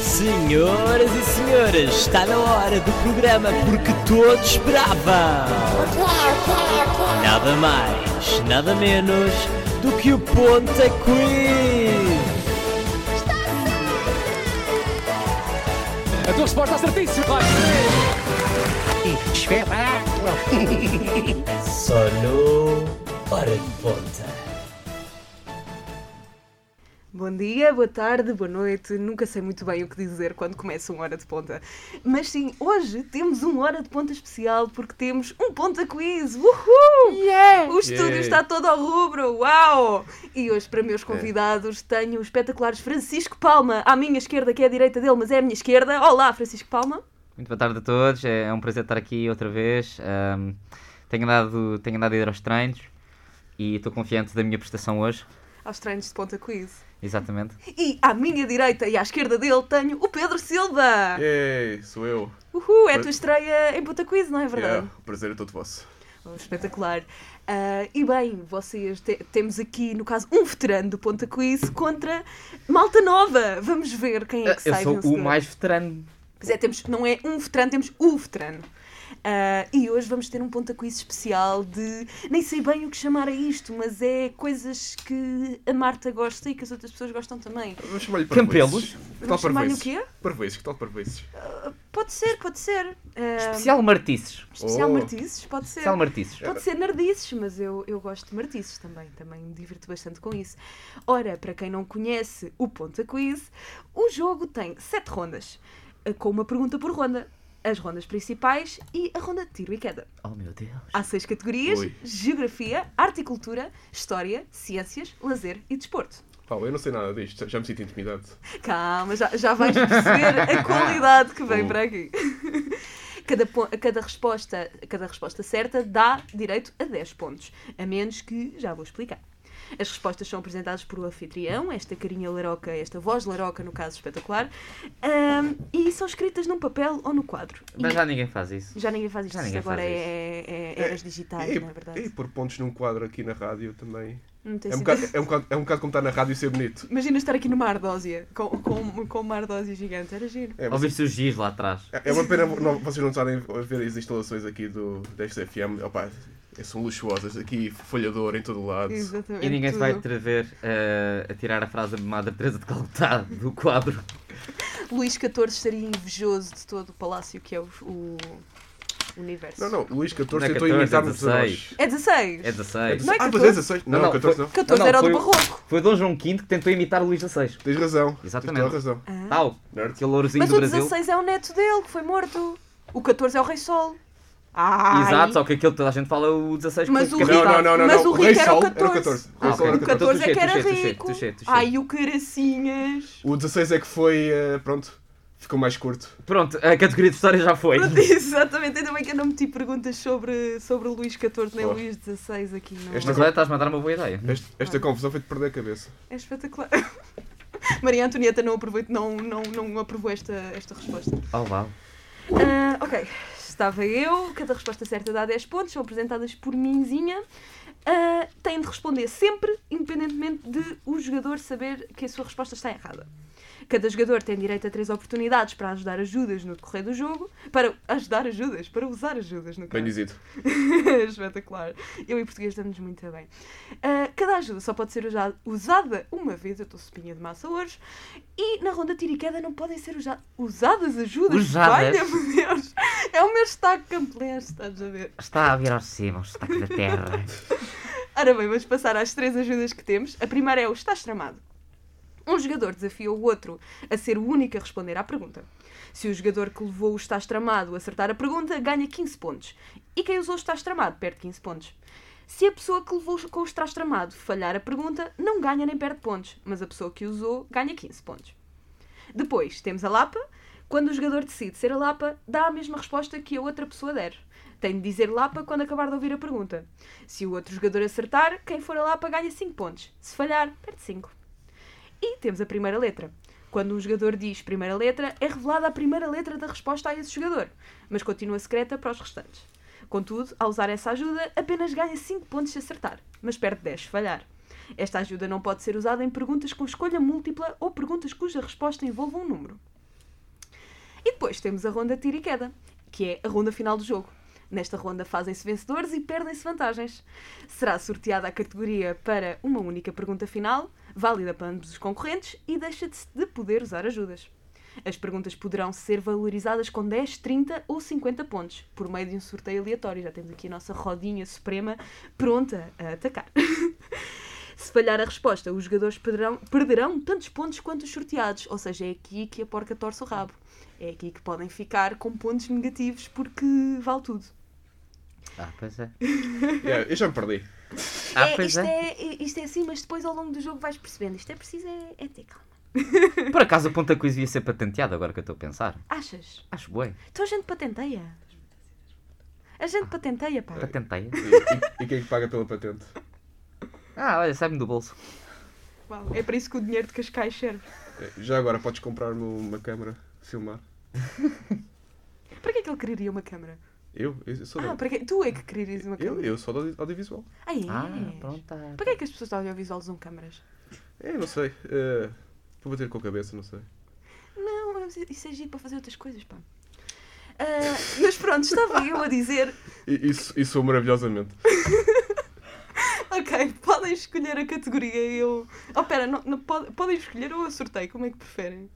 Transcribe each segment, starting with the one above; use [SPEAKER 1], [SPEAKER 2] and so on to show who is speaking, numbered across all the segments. [SPEAKER 1] Senhoras e senhores, está na hora do programa porque todos esperavam. Nada mais, nada menos do que o Ponta Quiz.
[SPEAKER 2] A tua resposta está certíssima. Vai.
[SPEAKER 1] Só no Hora de Ponta.
[SPEAKER 3] Bom dia, boa tarde, boa noite. Nunca sei muito bem o que dizer quando começa um Hora de Ponta. Mas sim, hoje temos um Hora de Ponta especial porque temos um Ponta Quiz. Uhul! O estúdio
[SPEAKER 2] Yeah.
[SPEAKER 3] está todo ao rubro. Uau! E hoje, para meus convidados, tenho os espetaculares Francisco Palma, à minha esquerda, que é a direita dele, mas é a minha esquerda. Olá, Francisco Palma.
[SPEAKER 4] Muito boa tarde a todos, é é um prazer estar aqui outra vez. Ahm, tenho, andado, tenho andado a ir aos treinos e estou confiante da minha prestação hoje,
[SPEAKER 3] Aos treinos de Ponta Quiz.
[SPEAKER 4] exatamente.
[SPEAKER 3] E à minha direita e à esquerda dele tenho o Pedro Silva.
[SPEAKER 5] Ei, sou eu.
[SPEAKER 3] Uhul! É a tua estreia em Ponta Quiz, não é verdade?
[SPEAKER 5] Yeah, o prazer é todo vosso.
[SPEAKER 3] Oh, espetacular. Ah, e bem, vocês te- temos aqui, no caso, um veterano do Ponta Quiz contra Malta Nova. Vamos ver quem é que
[SPEAKER 4] Eu
[SPEAKER 3] sai
[SPEAKER 4] sou
[SPEAKER 3] vencedor.
[SPEAKER 4] o mais veterano.
[SPEAKER 3] Pois é, temos, não é um veterano, temos o veterano. Ah, e hoje vamos ter um Ponta Quiz especial de... Nem sei bem o que chamar a isto, mas é coisas que a Marta gosta e que as outras pessoas gostam também.
[SPEAKER 5] Vamos chamar-lhe
[SPEAKER 4] Campelos?
[SPEAKER 5] parvoices. Que tal
[SPEAKER 3] Vamos chamar-lhe o
[SPEAKER 5] parvoices?
[SPEAKER 3] quê?
[SPEAKER 5] Parvoices, que tal parvoices?
[SPEAKER 3] Ah, Pode ser, pode ser. Ah,
[SPEAKER 4] Especial Martices.
[SPEAKER 3] especial
[SPEAKER 5] Oh.
[SPEAKER 3] Martizes, pode ser.
[SPEAKER 4] Especial Martices.
[SPEAKER 3] Pode ser nerdices, mas eu, eu gosto de martices também, também me divirto bastante com isso. Ora, para quem não conhece o Ponta Quiz, o jogo tem sete rondas, eh, com uma pergunta por ronda. As rondas principais e a ronda de tiro e queda.
[SPEAKER 4] Oh meu Deus.
[SPEAKER 3] Há seis categorias:
[SPEAKER 5] Ui.
[SPEAKER 3] Geografia, Arte e Cultura, História, Ciências, Lazer e Desporto.
[SPEAKER 5] Pá, eu não sei nada disto, já me sinto intimidado.
[SPEAKER 3] Calma, já, já vais perceber a qualidade que vem
[SPEAKER 5] Hum.
[SPEAKER 3] para aqui. Cada, po- cada, resposta, cada resposta certa dá direito a 10 pontos, a menos que já vou explicar. As respostas são apresentadas por o anfitrião, esta carinha laroca, esta voz laroca, no caso espetacular, ahm, e são escritas num papel ou no quadro. E
[SPEAKER 4] Mas já ninguém faz isso.
[SPEAKER 3] já ninguém faz isto,
[SPEAKER 4] já
[SPEAKER 3] isto
[SPEAKER 4] ninguém
[SPEAKER 3] agora
[SPEAKER 4] faz
[SPEAKER 3] é, é- é eras digitais,
[SPEAKER 5] e,
[SPEAKER 3] não é
[SPEAKER 5] e
[SPEAKER 3] verdade?
[SPEAKER 5] pôr pontos num quadro aqui na rádio também.
[SPEAKER 3] Não tem
[SPEAKER 5] É um,
[SPEAKER 3] sido-
[SPEAKER 5] bocado, é, um bocado, é um bocado como estar na rádio e ser bonito.
[SPEAKER 3] Imagina estar aqui numa ardósia, com, com, com uma ardósia gigante, era giro.
[SPEAKER 5] É, vocês-
[SPEAKER 4] Ouviste os giz lá atrás.
[SPEAKER 5] é- é uma pena não- vocês não estarem a ver as instalações aqui do, da XFM. Opa, é, são luxuosas. Aqui, folhador em todo o lado.
[SPEAKER 3] Exatamente.
[SPEAKER 4] E ninguém se
[SPEAKER 3] tudo.
[SPEAKER 4] vai atrever eh, a tirar a frase de Madre Teresa de Calcutá do quadro.
[SPEAKER 3] Luís XIV estaria invejoso de todo o palácio que é o, o universo.
[SPEAKER 5] Não, não, Luís XIV
[SPEAKER 4] Não é
[SPEAKER 5] tentou
[SPEAKER 4] 14,
[SPEAKER 5] imitar-nos
[SPEAKER 4] é
[SPEAKER 5] a nós.
[SPEAKER 3] É 16.
[SPEAKER 4] É 16.
[SPEAKER 3] Não é
[SPEAKER 5] Ah, mas
[SPEAKER 3] 14?
[SPEAKER 5] é 16? Não,
[SPEAKER 4] Não, não,
[SPEAKER 5] 14 não.
[SPEAKER 3] 14
[SPEAKER 4] Não, não,
[SPEAKER 3] era o do
[SPEAKER 4] foi-
[SPEAKER 3] Barroco.
[SPEAKER 4] Foi Dom João V que tentou imitar o Luís XVI.
[SPEAKER 5] Tens razão.
[SPEAKER 4] Exatamente.
[SPEAKER 5] Tens toda a razão.
[SPEAKER 4] Tal,
[SPEAKER 5] Nerd.
[SPEAKER 4] aquele ourozinho
[SPEAKER 3] Ah. Mas
[SPEAKER 4] do
[SPEAKER 3] o
[SPEAKER 4] Brasil.
[SPEAKER 3] 16 é o neto dele que foi morto. O 14 é o Rei Sol. Ah,
[SPEAKER 4] Exato, só que aquilo que toda a gente fala é o 16
[SPEAKER 3] Mas
[SPEAKER 4] que
[SPEAKER 3] o
[SPEAKER 4] que-
[SPEAKER 3] Rei-
[SPEAKER 5] Não, não, não, não.
[SPEAKER 3] Mas
[SPEAKER 5] não.
[SPEAKER 3] o Rico era o
[SPEAKER 5] Sol
[SPEAKER 3] 14.
[SPEAKER 5] O Rei
[SPEAKER 4] Ah,
[SPEAKER 5] Sol
[SPEAKER 3] o
[SPEAKER 5] era
[SPEAKER 4] ok.
[SPEAKER 5] 14.
[SPEAKER 3] 14 é que era
[SPEAKER 4] Tuxê, tuxê,
[SPEAKER 3] rico.
[SPEAKER 4] tuxê, tuxê.
[SPEAKER 3] Ai, o caracinhas.
[SPEAKER 5] O 16 é que foi, eh, pronto, ficou mais curto.
[SPEAKER 4] Pronto, a categoria de história já foi.
[SPEAKER 3] Pronto, Exatamente, ainda bem que eu não meti perguntas sobre, sobre o Luís XIV nem o
[SPEAKER 5] Oh.
[SPEAKER 3] Luís XVI aqui, não.
[SPEAKER 5] Esta-
[SPEAKER 4] Mas olha, estás-me a dar uma boa ideia.
[SPEAKER 5] Este- esta
[SPEAKER 3] Ah.
[SPEAKER 5] confusão foi de perder a cabeça.
[SPEAKER 3] É espetacular. Maria Antonieta não, aproveito, não, não, não aprovou esta, esta resposta.
[SPEAKER 4] Oh, uau.
[SPEAKER 3] Ah, ok, estava eu. Cada resposta certa dá 10 pontos, são apresentadas por minzinha. Ah, tem de responder sempre, independentemente de o jogador saber que a sua resposta está errada. Cada jogador tem direito a três oportunidades para ajudar ajudas no decorrer do jogo. Para ajudar ajudas? Para usar ajudas, no
[SPEAKER 5] Bem
[SPEAKER 3] caso.
[SPEAKER 5] dizido.
[SPEAKER 3] Espetacular. Eu e português damos muito bem. Ah, cada ajuda só pode ser usa- usada uma vez. Eu estou sopinha de massa hoje. E na ronda tiro e queda não podem ser usa- usadas ajudas.
[SPEAKER 4] Usadas?
[SPEAKER 3] Valha-me Deus. É o meu destaque campelense, estás a ver?
[SPEAKER 4] Está a virar cima, o sotaque da terra.
[SPEAKER 3] Ora bem, vamos passar às três ajudas que temos. A primeira é o estás tramado. Um jogador desafia o outro a ser o único a responder à pergunta. Se o jogador que levou o estás tramado acertar a pergunta, ganha 15 pontos. E quem usou o estás tramado perde 15 pontos. Se a pessoa que levou com o estás tramado falhar a pergunta, não ganha nem perde pontos, mas a pessoa que usou ganha 15 pontos. Depois temos a Lapa. Quando o jogador decide ser a Lapa, dá a mesma resposta que a outra pessoa der. Tem de dizer Lapa quando acabar de ouvir a pergunta. Se o outro jogador acertar, quem for a Lapa ganha 5 pontos. Se falhar, perde 5. E temos a primeira letra. Quando um jogador diz primeira letra, é revelada a primeira letra da resposta a esse jogador, mas continua secreta para os restantes. Contudo, ao usar essa ajuda, apenas ganha 5 pontos se acertar, mas perde 10 se falhar. Esta ajuda não pode ser usada em perguntas com escolha múltipla ou perguntas cuja resposta envolva um número. E depois temos a ronda de tiro e queda, que é a ronda final do jogo. Nesta ronda fazem-se vencedores e perdem-se vantagens. Será sorteada a categoria para uma única pergunta final, válida para ambos os concorrentes e deixa-se de poder usar ajudas. As perguntas poderão ser valorizadas com 10, 30 ou 50 pontos, por meio de um sorteio aleatório. Já temos aqui a nossa rodinha suprema pronta a atacar. Se falhar a resposta, os jogadores perderão, perderão tantos pontos quanto os sorteados, ou seja, é aqui que a porca torce o rabo. É aqui que podem ficar com pontos negativos porque vale tudo.
[SPEAKER 4] Ah, pois é.
[SPEAKER 5] Yeah, eu já me perdi.
[SPEAKER 4] Ah,
[SPEAKER 3] é,
[SPEAKER 4] pois
[SPEAKER 3] isto,
[SPEAKER 4] é.
[SPEAKER 3] é. isto é assim, mas depois ao longo do jogo vais percebendo. Isto é preciso é, é ter calma. é-
[SPEAKER 4] Por acaso o Ponta Quiz ia ser patenteado agora que eu estou a pensar?
[SPEAKER 3] Achas?
[SPEAKER 4] Acho bem.
[SPEAKER 3] Então a gente patenteia. A gente patenteia, pá.
[SPEAKER 5] E,
[SPEAKER 4] Patentei.
[SPEAKER 5] e- e quem é que paga pela patente?
[SPEAKER 4] Ah, olha, sai-me do bolso.
[SPEAKER 3] Uau, É para isso que o dinheiro de Cascais serve.
[SPEAKER 5] Eh, Já agora podes comprar-me uma câmera, filmar.
[SPEAKER 3] Para que é que ele quereria uma câmera?
[SPEAKER 5] Eu? Eu, eu sou
[SPEAKER 3] Ah,
[SPEAKER 5] da-
[SPEAKER 3] para que... tu é que querias uma
[SPEAKER 5] eu,
[SPEAKER 3] câmera.
[SPEAKER 5] eu sou do audi- audiovisual.
[SPEAKER 3] Ah, é?
[SPEAKER 4] Ah, pronto. tá.
[SPEAKER 3] Para que é que as pessoas de audiovisual usam câmaras?
[SPEAKER 5] É, não sei. eh, vou bater com a cabeça, não sei.
[SPEAKER 3] Não, mas isso é giro para fazer outras coisas, pá. Ah, mas pronto, estava eu a dizer.
[SPEAKER 5] E, e sou- e sou maravilhosamente.
[SPEAKER 3] Ok, podem escolher a categoria. Eu. Oh, pera, não, não pode- podem escolher ou eu sorteio? Como é que preferem?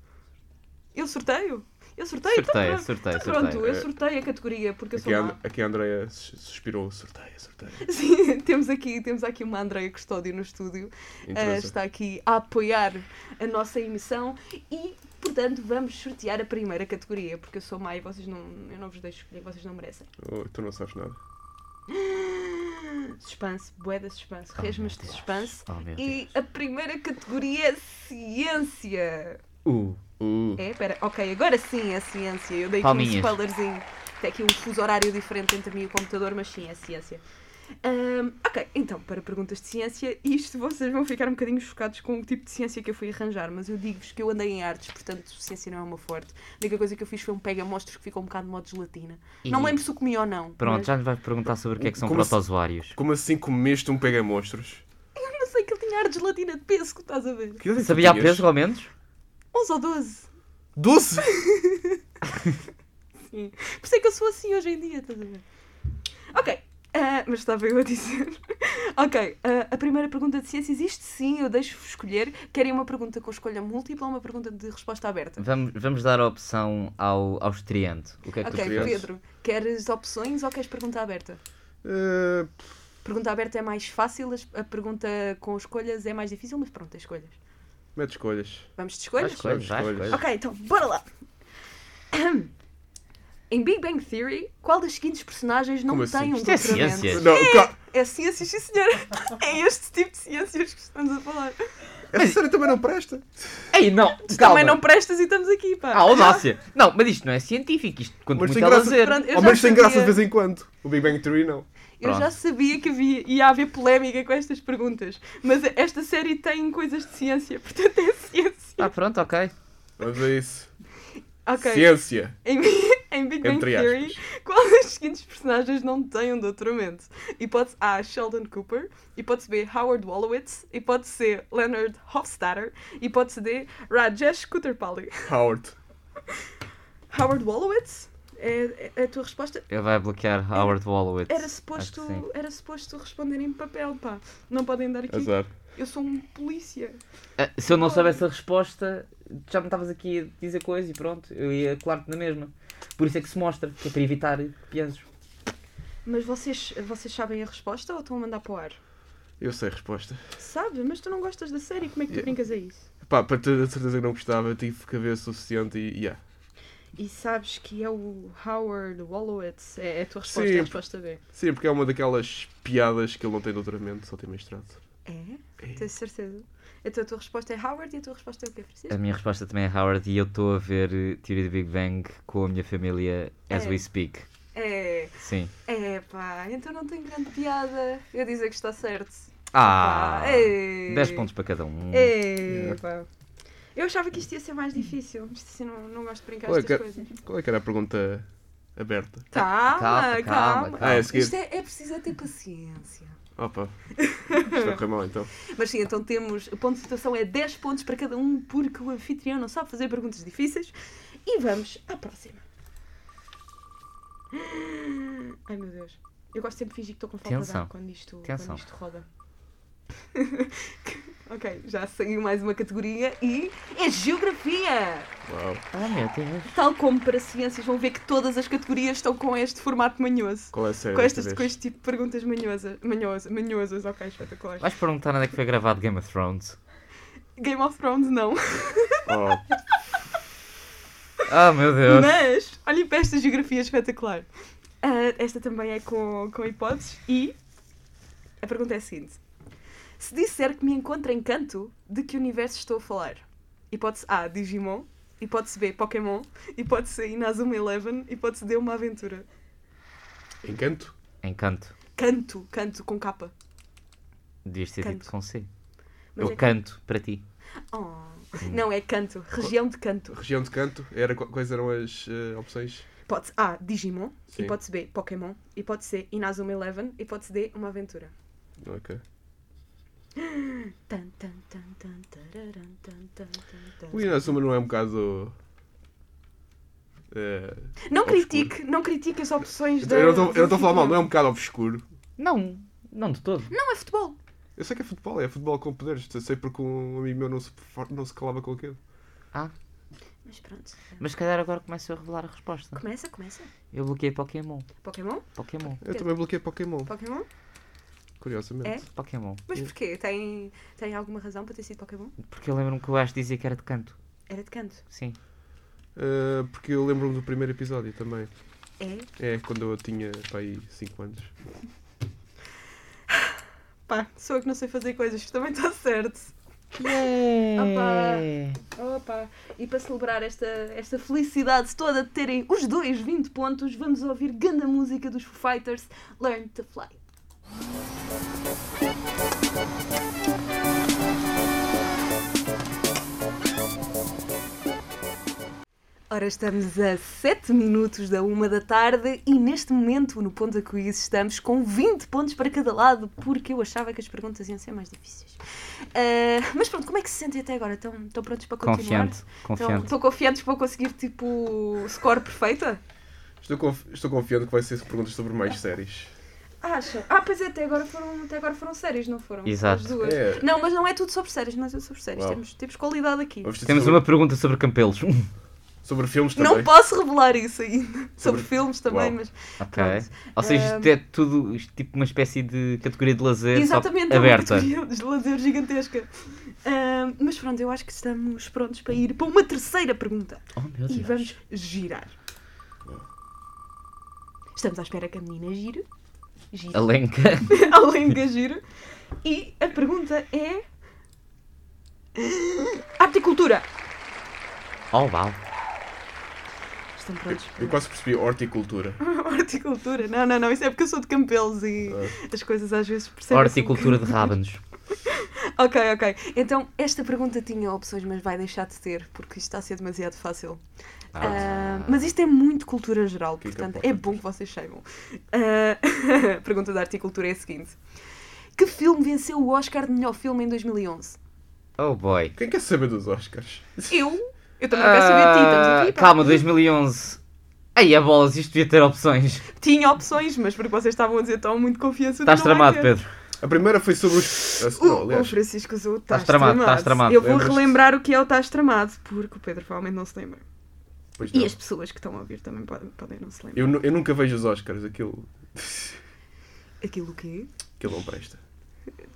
[SPEAKER 3] Eu sorteio? Eu sorteio? Então
[SPEAKER 4] Sorteio,
[SPEAKER 3] pronto.
[SPEAKER 4] sorteio,
[SPEAKER 3] Então
[SPEAKER 4] sorteio.
[SPEAKER 3] Pronto, eu sorteio a categoria porque eu
[SPEAKER 5] Aqui
[SPEAKER 3] sou
[SPEAKER 5] a,
[SPEAKER 3] má.
[SPEAKER 5] And- aqui a Andrea sus- suspirou, sorteia, sorteia.
[SPEAKER 3] Sim, temos aqui, temos aqui uma Andreia Custódio no estúdio. Ah,
[SPEAKER 5] Interessa.
[SPEAKER 3] está aqui a apoiar a nossa emissão e, portanto, vamos sortear a primeira categoria, porque eu sou má e vocês não, eu não vos deixo escolher, vocês não merecem.
[SPEAKER 5] Oh, tu não sabes nada.
[SPEAKER 3] Suspense, boeda suspense, resmas de
[SPEAKER 4] Oh, Deus.
[SPEAKER 3] suspense.
[SPEAKER 4] Oh, meu
[SPEAKER 3] E a primeira categoria é ciência.
[SPEAKER 4] Uh,
[SPEAKER 5] Uh,
[SPEAKER 3] É, espera, ok, agora sim é ciência. Eu dei aqui um
[SPEAKER 4] Palminhas.
[SPEAKER 3] spoilerzinho. Tem aqui um fuso horário diferente entre mim e o computador, mas sim, é ciência. Ahm, ok, então, para perguntas de ciência, isto vocês vão ficar um bocadinho chocados com o tipo de ciência que eu fui arranjar, mas eu digo-vos que eu andei em artes, portanto, ciência não é uma forte. A única coisa que eu fiz foi um pega-mostros que ficou um bocado de modo gelatina.
[SPEAKER 4] E-
[SPEAKER 3] Não me lembro se o comi ou não.
[SPEAKER 4] pronto,
[SPEAKER 3] mas
[SPEAKER 4] já nos vais perguntar sobre o que é que são
[SPEAKER 5] Como se-
[SPEAKER 4] protozoários.
[SPEAKER 5] como assim comeste um pega-monstros?
[SPEAKER 3] eu não sei que ele tinha ar de gelatina de pesco, estás a ver?
[SPEAKER 5] Que idade é que tu
[SPEAKER 4] Sabia a
[SPEAKER 5] tinhas?
[SPEAKER 4] peso, ao menos?
[SPEAKER 3] 11 ou 12.
[SPEAKER 5] 12?
[SPEAKER 3] Sim. Por isso é que eu sou assim hoje em dia, estás a ver? Ok, ah, mas estava eu a dizer. ok, ah, a primeira pergunta de ciência existe sim, eu deixo-vos escolher. Querem uma pergunta com escolha múltipla ou uma pergunta de resposta aberta?
[SPEAKER 4] Vamos, vamos dar a opção ao, ao estreante. O que é que
[SPEAKER 3] Ok,
[SPEAKER 4] tu
[SPEAKER 5] queres?
[SPEAKER 3] Pedro, queres opções ou queres pergunta aberta?
[SPEAKER 5] Eh,
[SPEAKER 3] Pergunta aberta é mais fácil, as- a pergunta com escolhas é mais difícil, mas pronto, é escolhas.
[SPEAKER 5] mete escolhas.
[SPEAKER 3] Vamos de
[SPEAKER 4] Vai
[SPEAKER 3] escolhas?
[SPEAKER 4] escolhas, vai
[SPEAKER 5] Escolhas.
[SPEAKER 4] escolhas.
[SPEAKER 3] Ok, então bora lá! em Big Bang Theory, qual das seguintes personagens não
[SPEAKER 5] Como
[SPEAKER 3] tem
[SPEAKER 5] assim?
[SPEAKER 3] um
[SPEAKER 4] Isto é
[SPEAKER 3] doutoramento?
[SPEAKER 4] ciência.
[SPEAKER 5] Não, ca-
[SPEAKER 3] É ciências, sim senhora. É este tipo de ciências que estamos a falar.
[SPEAKER 5] essa série também não presta.
[SPEAKER 4] Ei, não,
[SPEAKER 3] Também não prestas e estamos aqui, pá.
[SPEAKER 4] Ah, audácia. Não, mas isto não é científico. Isto, quanto
[SPEAKER 5] Mas
[SPEAKER 4] muito
[SPEAKER 5] tem
[SPEAKER 4] ela
[SPEAKER 5] graça.
[SPEAKER 4] dizer.
[SPEAKER 3] Pronto, eu
[SPEAKER 5] Ao
[SPEAKER 3] já
[SPEAKER 5] menos tem graça de
[SPEAKER 3] sabia-
[SPEAKER 5] vez em quando. O Big Bang Theory não.
[SPEAKER 3] Eu já
[SPEAKER 4] Pronto.
[SPEAKER 3] sabia que havia, ia haver polémica com estas perguntas. Mas esta série tem coisas de ciência, portanto é ciência.
[SPEAKER 4] Ah, pronto, ok.
[SPEAKER 5] Mas é isso.
[SPEAKER 3] Ok.
[SPEAKER 5] Ciência.
[SPEAKER 3] Em, em Big Bang
[SPEAKER 5] Entre
[SPEAKER 3] Theory, qual dos seguintes personagens não tem um doutoramento? Hipótese A, Sheldon Cooper. Hipótese B, Howard Wolowitz. Hipótese C, Leonard Hofstadter. Hipótese D, Rajesh Kutterpalli.
[SPEAKER 5] Howard.
[SPEAKER 3] Howard Wolowitz? É, é a tua resposta?
[SPEAKER 4] Ele vai bloquear Howard Wolowitz.
[SPEAKER 3] Era
[SPEAKER 4] Acho
[SPEAKER 3] suposto,
[SPEAKER 4] que sim.
[SPEAKER 3] era suposto responder em papel, pá. Não podem dar aqui.
[SPEAKER 5] Azar.
[SPEAKER 3] Eu sou um polícia.
[SPEAKER 4] Ah, se eu não soubesse a resposta, já me estavas aqui a dizer coisa e pronto. Eu ia colar-te na mesma. Por isso é que se mostra, que é para evitar pianzos.
[SPEAKER 3] Mas vocês, vocês sabem a resposta ou estão a mandar para o ar?
[SPEAKER 5] Eu sei a resposta.
[SPEAKER 3] Sabe, mas tu não gostas da série, como é que tu brincas a isso?
[SPEAKER 5] Pá, para ter a certeza que não gostava, tive cabeça suficiente e. Yeah.
[SPEAKER 3] E sabes que é o Howard Wolowitz, é a tua resposta,
[SPEAKER 5] Sim.
[SPEAKER 3] é a resposta B.
[SPEAKER 5] Sim, porque é uma daquelas piadas que ele não tem doutoramento, só tem mestrado.
[SPEAKER 3] É? Tens certeza? Então a tua resposta é Howard e a tua resposta é o quê,
[SPEAKER 4] A
[SPEAKER 3] Francisco?
[SPEAKER 4] minha resposta também é Howard e eu estou a ver eh, Theory do Big Bang com a minha família as
[SPEAKER 3] É.
[SPEAKER 4] we speak.
[SPEAKER 3] É,
[SPEAKER 4] Sim.
[SPEAKER 3] é pá, então não tem grande piada eu dizer que está certo.
[SPEAKER 4] Ah!
[SPEAKER 3] Pá, é.
[SPEAKER 4] 10 pontos para cada um.
[SPEAKER 3] Epá. Eu achava que isto ia ser mais difícil. Isto assim, não, não gosto de brincar
[SPEAKER 5] Ué,
[SPEAKER 3] estas
[SPEAKER 5] que-
[SPEAKER 3] coisas.
[SPEAKER 5] Qual é que era a pergunta aberta?
[SPEAKER 3] Calma, calma.
[SPEAKER 4] calma, calma.
[SPEAKER 5] Ah, é a seguir.
[SPEAKER 3] Isto é, é preciso ter paciência.
[SPEAKER 5] Opa. Isto vai correr mal então.
[SPEAKER 3] Mas sim, então temos. O ponto de situação é 10 pontos para cada um, porque o anfitrião não sabe fazer perguntas difíceis. E vamos à próxima. Ai meu Deus. Eu gosto sempre de fingir que estou com falta de
[SPEAKER 4] Tensão.
[SPEAKER 3] ar quando isto, quando
[SPEAKER 4] Tensão.
[SPEAKER 3] isto roda. ok, já saiu mais uma categoria e é Geografia!
[SPEAKER 5] Uau.
[SPEAKER 4] Ah, meu Deus.
[SPEAKER 3] Tal como para Ciências, vão ver que todas as categorias estão com este formato manhoso.
[SPEAKER 5] Qual é a série
[SPEAKER 3] Com,
[SPEAKER 5] desta
[SPEAKER 3] estas, com
[SPEAKER 5] vez?
[SPEAKER 3] este tipo de perguntas manhosas. Manhosas, manhosas ok, espetacular.
[SPEAKER 4] Vais perguntar onde é que foi gravado Game of Thrones.
[SPEAKER 3] Game of Thrones não.
[SPEAKER 5] Oh,
[SPEAKER 4] Ah, meu Deus.
[SPEAKER 3] Mas, olhem para esta geografia espetacular. Ah, esta também é com, com hipóteses e a pergunta é a seguinte. Se disser que me encontro em canto, de que universo estou a falar? Hipótese A, Digimon. Hipótese B, Pokémon. Hipótese C, Inazuma Eleven. Hipótese D, Uma Aventura.
[SPEAKER 5] Encanto?
[SPEAKER 4] Encanto.
[SPEAKER 3] Canto, canto, com capa.
[SPEAKER 4] Devias ter
[SPEAKER 3] Canto.
[SPEAKER 4] dito com C.
[SPEAKER 3] Mas
[SPEAKER 4] Eu
[SPEAKER 3] é que-
[SPEAKER 4] canto para ti.
[SPEAKER 5] Hum.
[SPEAKER 3] Oh. Não, é canto. Região de canto.
[SPEAKER 5] Região de canto? Era, qu- quais eram as eh, opções?
[SPEAKER 3] Hipótese A, Digimon.
[SPEAKER 5] Sim.
[SPEAKER 3] Hipótese B, Pokémon. Hipótese C, Inazuma Eleven. Hipótese D, Uma Aventura.
[SPEAKER 5] Ok.
[SPEAKER 3] Tan, tan, tan, tan, tararam, tan, tan, tan, tan.
[SPEAKER 5] O Inazuma não é um bocado. eh,
[SPEAKER 3] Não
[SPEAKER 5] Obscuro.
[SPEAKER 3] critique, não critique as opções da.
[SPEAKER 5] eu não
[SPEAKER 3] da
[SPEAKER 5] estou a falar mal, não é
[SPEAKER 3] FIFA.
[SPEAKER 5] um bocado obscuro.
[SPEAKER 4] Não, não de todo.
[SPEAKER 3] Não, é futebol.
[SPEAKER 5] Eu sei que é futebol, é futebol com poderes. Eu sei porque um amigo meu não se, for- não se calava com aquilo.
[SPEAKER 3] Mas pronto.
[SPEAKER 4] Mas se calhar agora começo eu a revelar a resposta.
[SPEAKER 3] Começa, começa.
[SPEAKER 4] Eu bloqueei Pokémon.
[SPEAKER 3] Pokémon?
[SPEAKER 4] Pokémon.
[SPEAKER 5] Eu também bloqueei Pokémon,
[SPEAKER 3] Pokémon?
[SPEAKER 5] curiosamente.
[SPEAKER 3] É?
[SPEAKER 4] Pokémon.
[SPEAKER 3] Mas porquê? Tem, tem alguma razão para ter sido Pokémon?
[SPEAKER 4] Porque eu lembro-me que o Ash dizia que era de canto.
[SPEAKER 3] Era de canto.
[SPEAKER 4] Sim.
[SPEAKER 5] Eh, porque eu lembro-me do primeiro episódio também.
[SPEAKER 3] É?
[SPEAKER 5] É quando eu tinha para aí 5 anos.
[SPEAKER 3] Pá, sou eu que não sei fazer coisas, isto também está certo.
[SPEAKER 4] Yeah.
[SPEAKER 3] Opa! E para celebrar esta, esta felicidade toda de terem os dois 20 pontos, vamos ouvir grande música dos Foo Fighters, Learn to Fly. Ora, estamos a 7 minutos da 1 da tarde e neste momento no Ponta Quiz estamos com 20 pontos para cada lado, porque eu achava que as perguntas iam ser mais difíceis. Ah, mas pronto, como é que se sentem até agora? Estão, estão prontos para continuar?
[SPEAKER 4] Confiante,
[SPEAKER 3] Então,
[SPEAKER 4] confiante.
[SPEAKER 3] estou confiante que vou conseguir, tipo, score perfeita?
[SPEAKER 5] Estou, conf- estou confiando que vai ser perguntas sobre mais séries.
[SPEAKER 3] Acha? Ah, pois é, até agora foram, até agora foram séries, não foram?
[SPEAKER 4] Exato.
[SPEAKER 3] As duas.
[SPEAKER 5] É.
[SPEAKER 3] Não, mas não é tudo sobre séries, não é tudo sobre séries.
[SPEAKER 5] Uau.
[SPEAKER 3] Temos, temos qualidade aqui.
[SPEAKER 5] Vamos ter
[SPEAKER 4] Temos
[SPEAKER 5] sobre,
[SPEAKER 4] uma pergunta sobre campelos.
[SPEAKER 5] sobre filmes
[SPEAKER 3] Não
[SPEAKER 5] também.
[SPEAKER 3] posso revelar isso ainda. Sobre
[SPEAKER 5] Sobre-
[SPEAKER 3] filmes também,
[SPEAKER 5] Uau.
[SPEAKER 3] mas.
[SPEAKER 4] ok.
[SPEAKER 3] Pronto.
[SPEAKER 4] Ou seja, isto é tudo isto tipo uma espécie de categoria de lazer só
[SPEAKER 3] Exatamente, é uma
[SPEAKER 4] aberta.
[SPEAKER 3] categoria de lazer gigantesca. Ah, mas pronto, eu acho que estamos prontos para ir para uma terceira pergunta.
[SPEAKER 4] Oh, meu
[SPEAKER 3] E
[SPEAKER 4] Deus.
[SPEAKER 3] vamos girar. Estamos à espera que a menina gire. Gire.
[SPEAKER 4] Alenca.
[SPEAKER 3] além de giro. E a pergunta é. Arte e cultura!
[SPEAKER 4] Oh, uau.
[SPEAKER 3] Estão prontos
[SPEAKER 5] Eu
[SPEAKER 3] para
[SPEAKER 5] quase percebi horticultura.
[SPEAKER 3] arte e cultura? Não, não, não, isso é porque eu sou de Campelos e as coisas às vezes percebem.
[SPEAKER 4] Horticultura de rábanos.
[SPEAKER 3] Ok, ok. Então, esta pergunta tinha opções, mas vai deixar de ter, porque isto está a ser demasiado fácil. Ah, mas isto é muito cultura geral,
[SPEAKER 5] Fica
[SPEAKER 3] portanto,
[SPEAKER 5] para
[SPEAKER 3] é
[SPEAKER 5] outras.
[SPEAKER 3] bom que vocês saibam. Ah, a pergunta da arte e cultura é a seguinte: Que filme venceu o Oscar de melhor filme em 2011?
[SPEAKER 4] Oh, boy.
[SPEAKER 5] Quem quer saber dos Oscars?
[SPEAKER 3] Eu? Eu também não quero saber de ti, estamos aqui. para-
[SPEAKER 4] Ah, Calma, 2011. Ei, a bolas, isto devia ter opções.
[SPEAKER 3] Tinha opções, mas porque vocês estavam a dizer tão muito confiança.
[SPEAKER 4] Estás
[SPEAKER 3] não vai
[SPEAKER 4] tramado,
[SPEAKER 3] ter.
[SPEAKER 4] Pedro.
[SPEAKER 5] A primeira foi sobre os. a- não,
[SPEAKER 3] O, o
[SPEAKER 5] aliás,
[SPEAKER 3] Oh, Francisco usou o estás
[SPEAKER 4] tramado,
[SPEAKER 3] tramado.
[SPEAKER 4] estás tramado,
[SPEAKER 3] Eu vou
[SPEAKER 5] lembras-te?
[SPEAKER 3] relembrar o que é o estás tramado, porque o Pedro provavelmente não se lembra.
[SPEAKER 5] pois
[SPEAKER 3] E
[SPEAKER 5] não.
[SPEAKER 3] as pessoas que estão a ouvir também podem, podem não se lembrar.
[SPEAKER 5] Eu, nu- eu nunca vejo os Oscars, aquilo,
[SPEAKER 3] Aquilo que
[SPEAKER 5] aquilo não presta.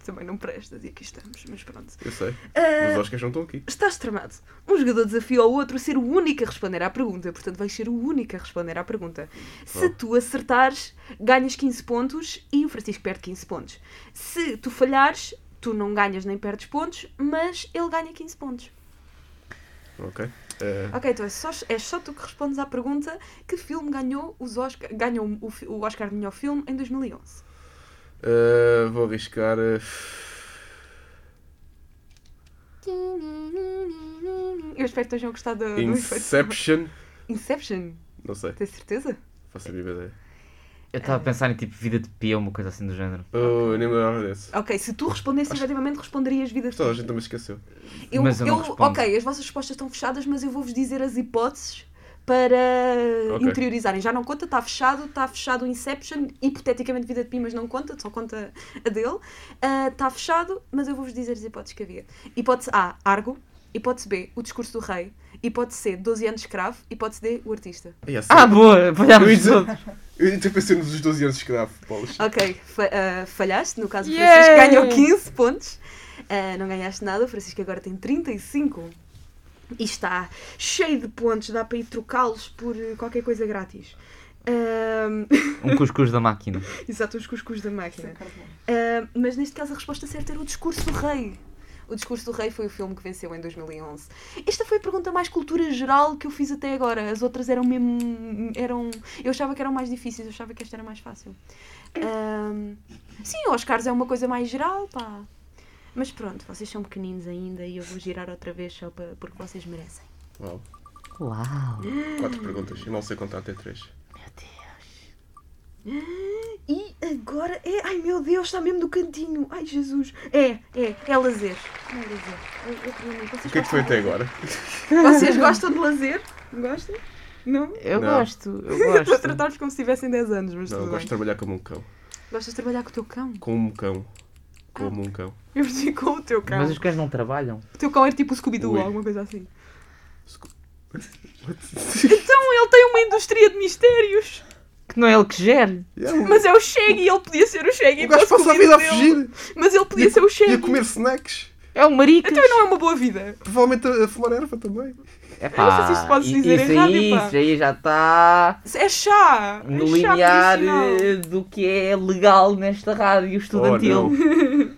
[SPEAKER 3] também não prestas e aqui estamos, mas pronto.
[SPEAKER 5] Eu sei. Mas
[SPEAKER 3] Ah,
[SPEAKER 5] os Oscars não estão aqui.
[SPEAKER 3] Estás tramado. Um jogador desafia ao outro a ser o único a responder à pergunta. Portanto, vais ser o único a responder à pergunta. Se tu acertares, ganhas 15 pontos e o Francisco perde 15 pontos. Se tu falhares, tu não ganhas nem perdes pontos, mas ele ganha 15 pontos.
[SPEAKER 5] Ok. Ah,
[SPEAKER 3] Ok, então é só, é só tu que respondes à pergunta que filme ganhou, os Oscar, ganhou o, fi- o Oscar de melhor filme em 2011.
[SPEAKER 5] ah, vou arriscar. ah,
[SPEAKER 3] Eu espero que tenham gostado do efeito.
[SPEAKER 5] Inception.
[SPEAKER 3] Inception.
[SPEAKER 5] Não sei,
[SPEAKER 3] Tens certeza?
[SPEAKER 5] faço a mínima ideia.
[SPEAKER 4] Eu estava a pensar em tipo vida de pia, uma coisa assim do género.
[SPEAKER 5] Oh, eu nem me lembrava desse.
[SPEAKER 3] Ok, se tu respondesse efetivamente, responderias vida
[SPEAKER 5] Toda a gente também se esqueceu.
[SPEAKER 3] Eu,
[SPEAKER 4] Mas eu não respondo.
[SPEAKER 3] Ok, as vossas respostas estão fechadas, mas eu vou-vos dizer as hipóteses para
[SPEAKER 5] Ok.
[SPEAKER 3] interiorizarem. Já não conta, está fechado, está fechado o Inception, hipoteticamente Vida de Pi, mas não conta, só conta a dele. Ah, Está fechado, mas eu vou-vos dizer as hipóteses que havia. Hipótese A, Argo. Hipótese B, O Discurso do Rei. Hipótese C, 12 anos de escravo. Hipótese D, O Artista.
[SPEAKER 5] Ai, é
[SPEAKER 4] Ah,
[SPEAKER 5] sério?
[SPEAKER 4] boa!
[SPEAKER 5] Eu ia
[SPEAKER 4] Falhámos
[SPEAKER 5] dizer-
[SPEAKER 4] todos.
[SPEAKER 5] Eu até pensei nos 12 anos de escravo, bolas.
[SPEAKER 3] Ok, fa- ah, falhaste, no caso o
[SPEAKER 4] Yeah!
[SPEAKER 3] Francisco ganhou 15 pontos. Ah, não ganhaste nada, o Francisco agora tem 35. E está cheio de pontos, dá para ir trocá-los por eh, qualquer coisa grátis. Ah, Ahm,
[SPEAKER 4] Um cuscuz da máquina.
[SPEAKER 3] Exato, os cuscuz da máquina. Ah, mas neste caso a resposta certa era o discurso do rei. O Discurso do Rei foi o filme que venceu em 2011. Esta foi a pergunta mais cultura geral que eu fiz até agora. As outras eram mesmo. Eram, eu achava que eram mais difíceis, eu achava que esta era mais fácil. Ahm, sim, Oscars é uma coisa mais geral, pá. Mas pronto, vocês são pequeninos ainda e eu vou girar outra vez só para, porque vocês merecem.
[SPEAKER 5] Uau.
[SPEAKER 4] Uau!
[SPEAKER 5] Quatro perguntas. Eu não sei contar até três.
[SPEAKER 3] E agora é. Ai meu Deus, está mesmo do cantinho! Ai Jesus! É, é, é lazer. Não é lazer. Eu- eu realmente- vocês
[SPEAKER 5] O que é que
[SPEAKER 3] gostam
[SPEAKER 5] foi
[SPEAKER 3] de
[SPEAKER 5] até
[SPEAKER 3] lazer?
[SPEAKER 5] agora?
[SPEAKER 3] Vocês gostam de lazer? Gostam? Não?
[SPEAKER 4] Eu
[SPEAKER 5] Não.
[SPEAKER 4] gosto, eu
[SPEAKER 3] Estou a
[SPEAKER 4] gosto.
[SPEAKER 3] tratar-vos como se tivessem 10 anos, mas
[SPEAKER 5] Não, eu
[SPEAKER 3] tudo
[SPEAKER 5] gosto
[SPEAKER 3] bem.
[SPEAKER 5] de trabalhar como um cão.
[SPEAKER 3] Gostas de trabalhar com o teu cão?
[SPEAKER 5] Como um cão. Como um cão.
[SPEAKER 3] Eu digo com o teu cão.
[SPEAKER 4] Mas os cães não trabalham.
[SPEAKER 3] O teu cão era tipo o Scooby-Doo
[SPEAKER 5] Ui.
[SPEAKER 3] ou alguma coisa assim.
[SPEAKER 5] What?
[SPEAKER 3] Então, ele tem uma indústria de mistérios.
[SPEAKER 4] Que não é ele que gere.
[SPEAKER 5] É, o-
[SPEAKER 3] Mas é o Shaggy, ele podia ser o Shaggy.
[SPEAKER 5] O gajo
[SPEAKER 3] mas o
[SPEAKER 5] passa a vida a
[SPEAKER 3] Scooby-Doo dele-
[SPEAKER 5] fugir
[SPEAKER 3] Mas ele podia
[SPEAKER 5] E a-
[SPEAKER 3] ser o
[SPEAKER 5] e
[SPEAKER 3] Shaggy.
[SPEAKER 5] a comer snacks.
[SPEAKER 4] É o maricas.
[SPEAKER 3] Então não é uma boa vida.
[SPEAKER 5] Provavelmente a a fumar erva também.
[SPEAKER 4] Epá,
[SPEAKER 3] Eu não sei se isto pode
[SPEAKER 4] i-
[SPEAKER 3] dizer
[SPEAKER 4] isso
[SPEAKER 3] em rádio,
[SPEAKER 4] aí,
[SPEAKER 3] pá.
[SPEAKER 4] isso aí já está
[SPEAKER 3] É chá.
[SPEAKER 4] no
[SPEAKER 3] é chá
[SPEAKER 4] linear
[SPEAKER 3] medicinal.
[SPEAKER 4] eh, do que é legal nesta rádio estudantil.
[SPEAKER 5] Oh, não.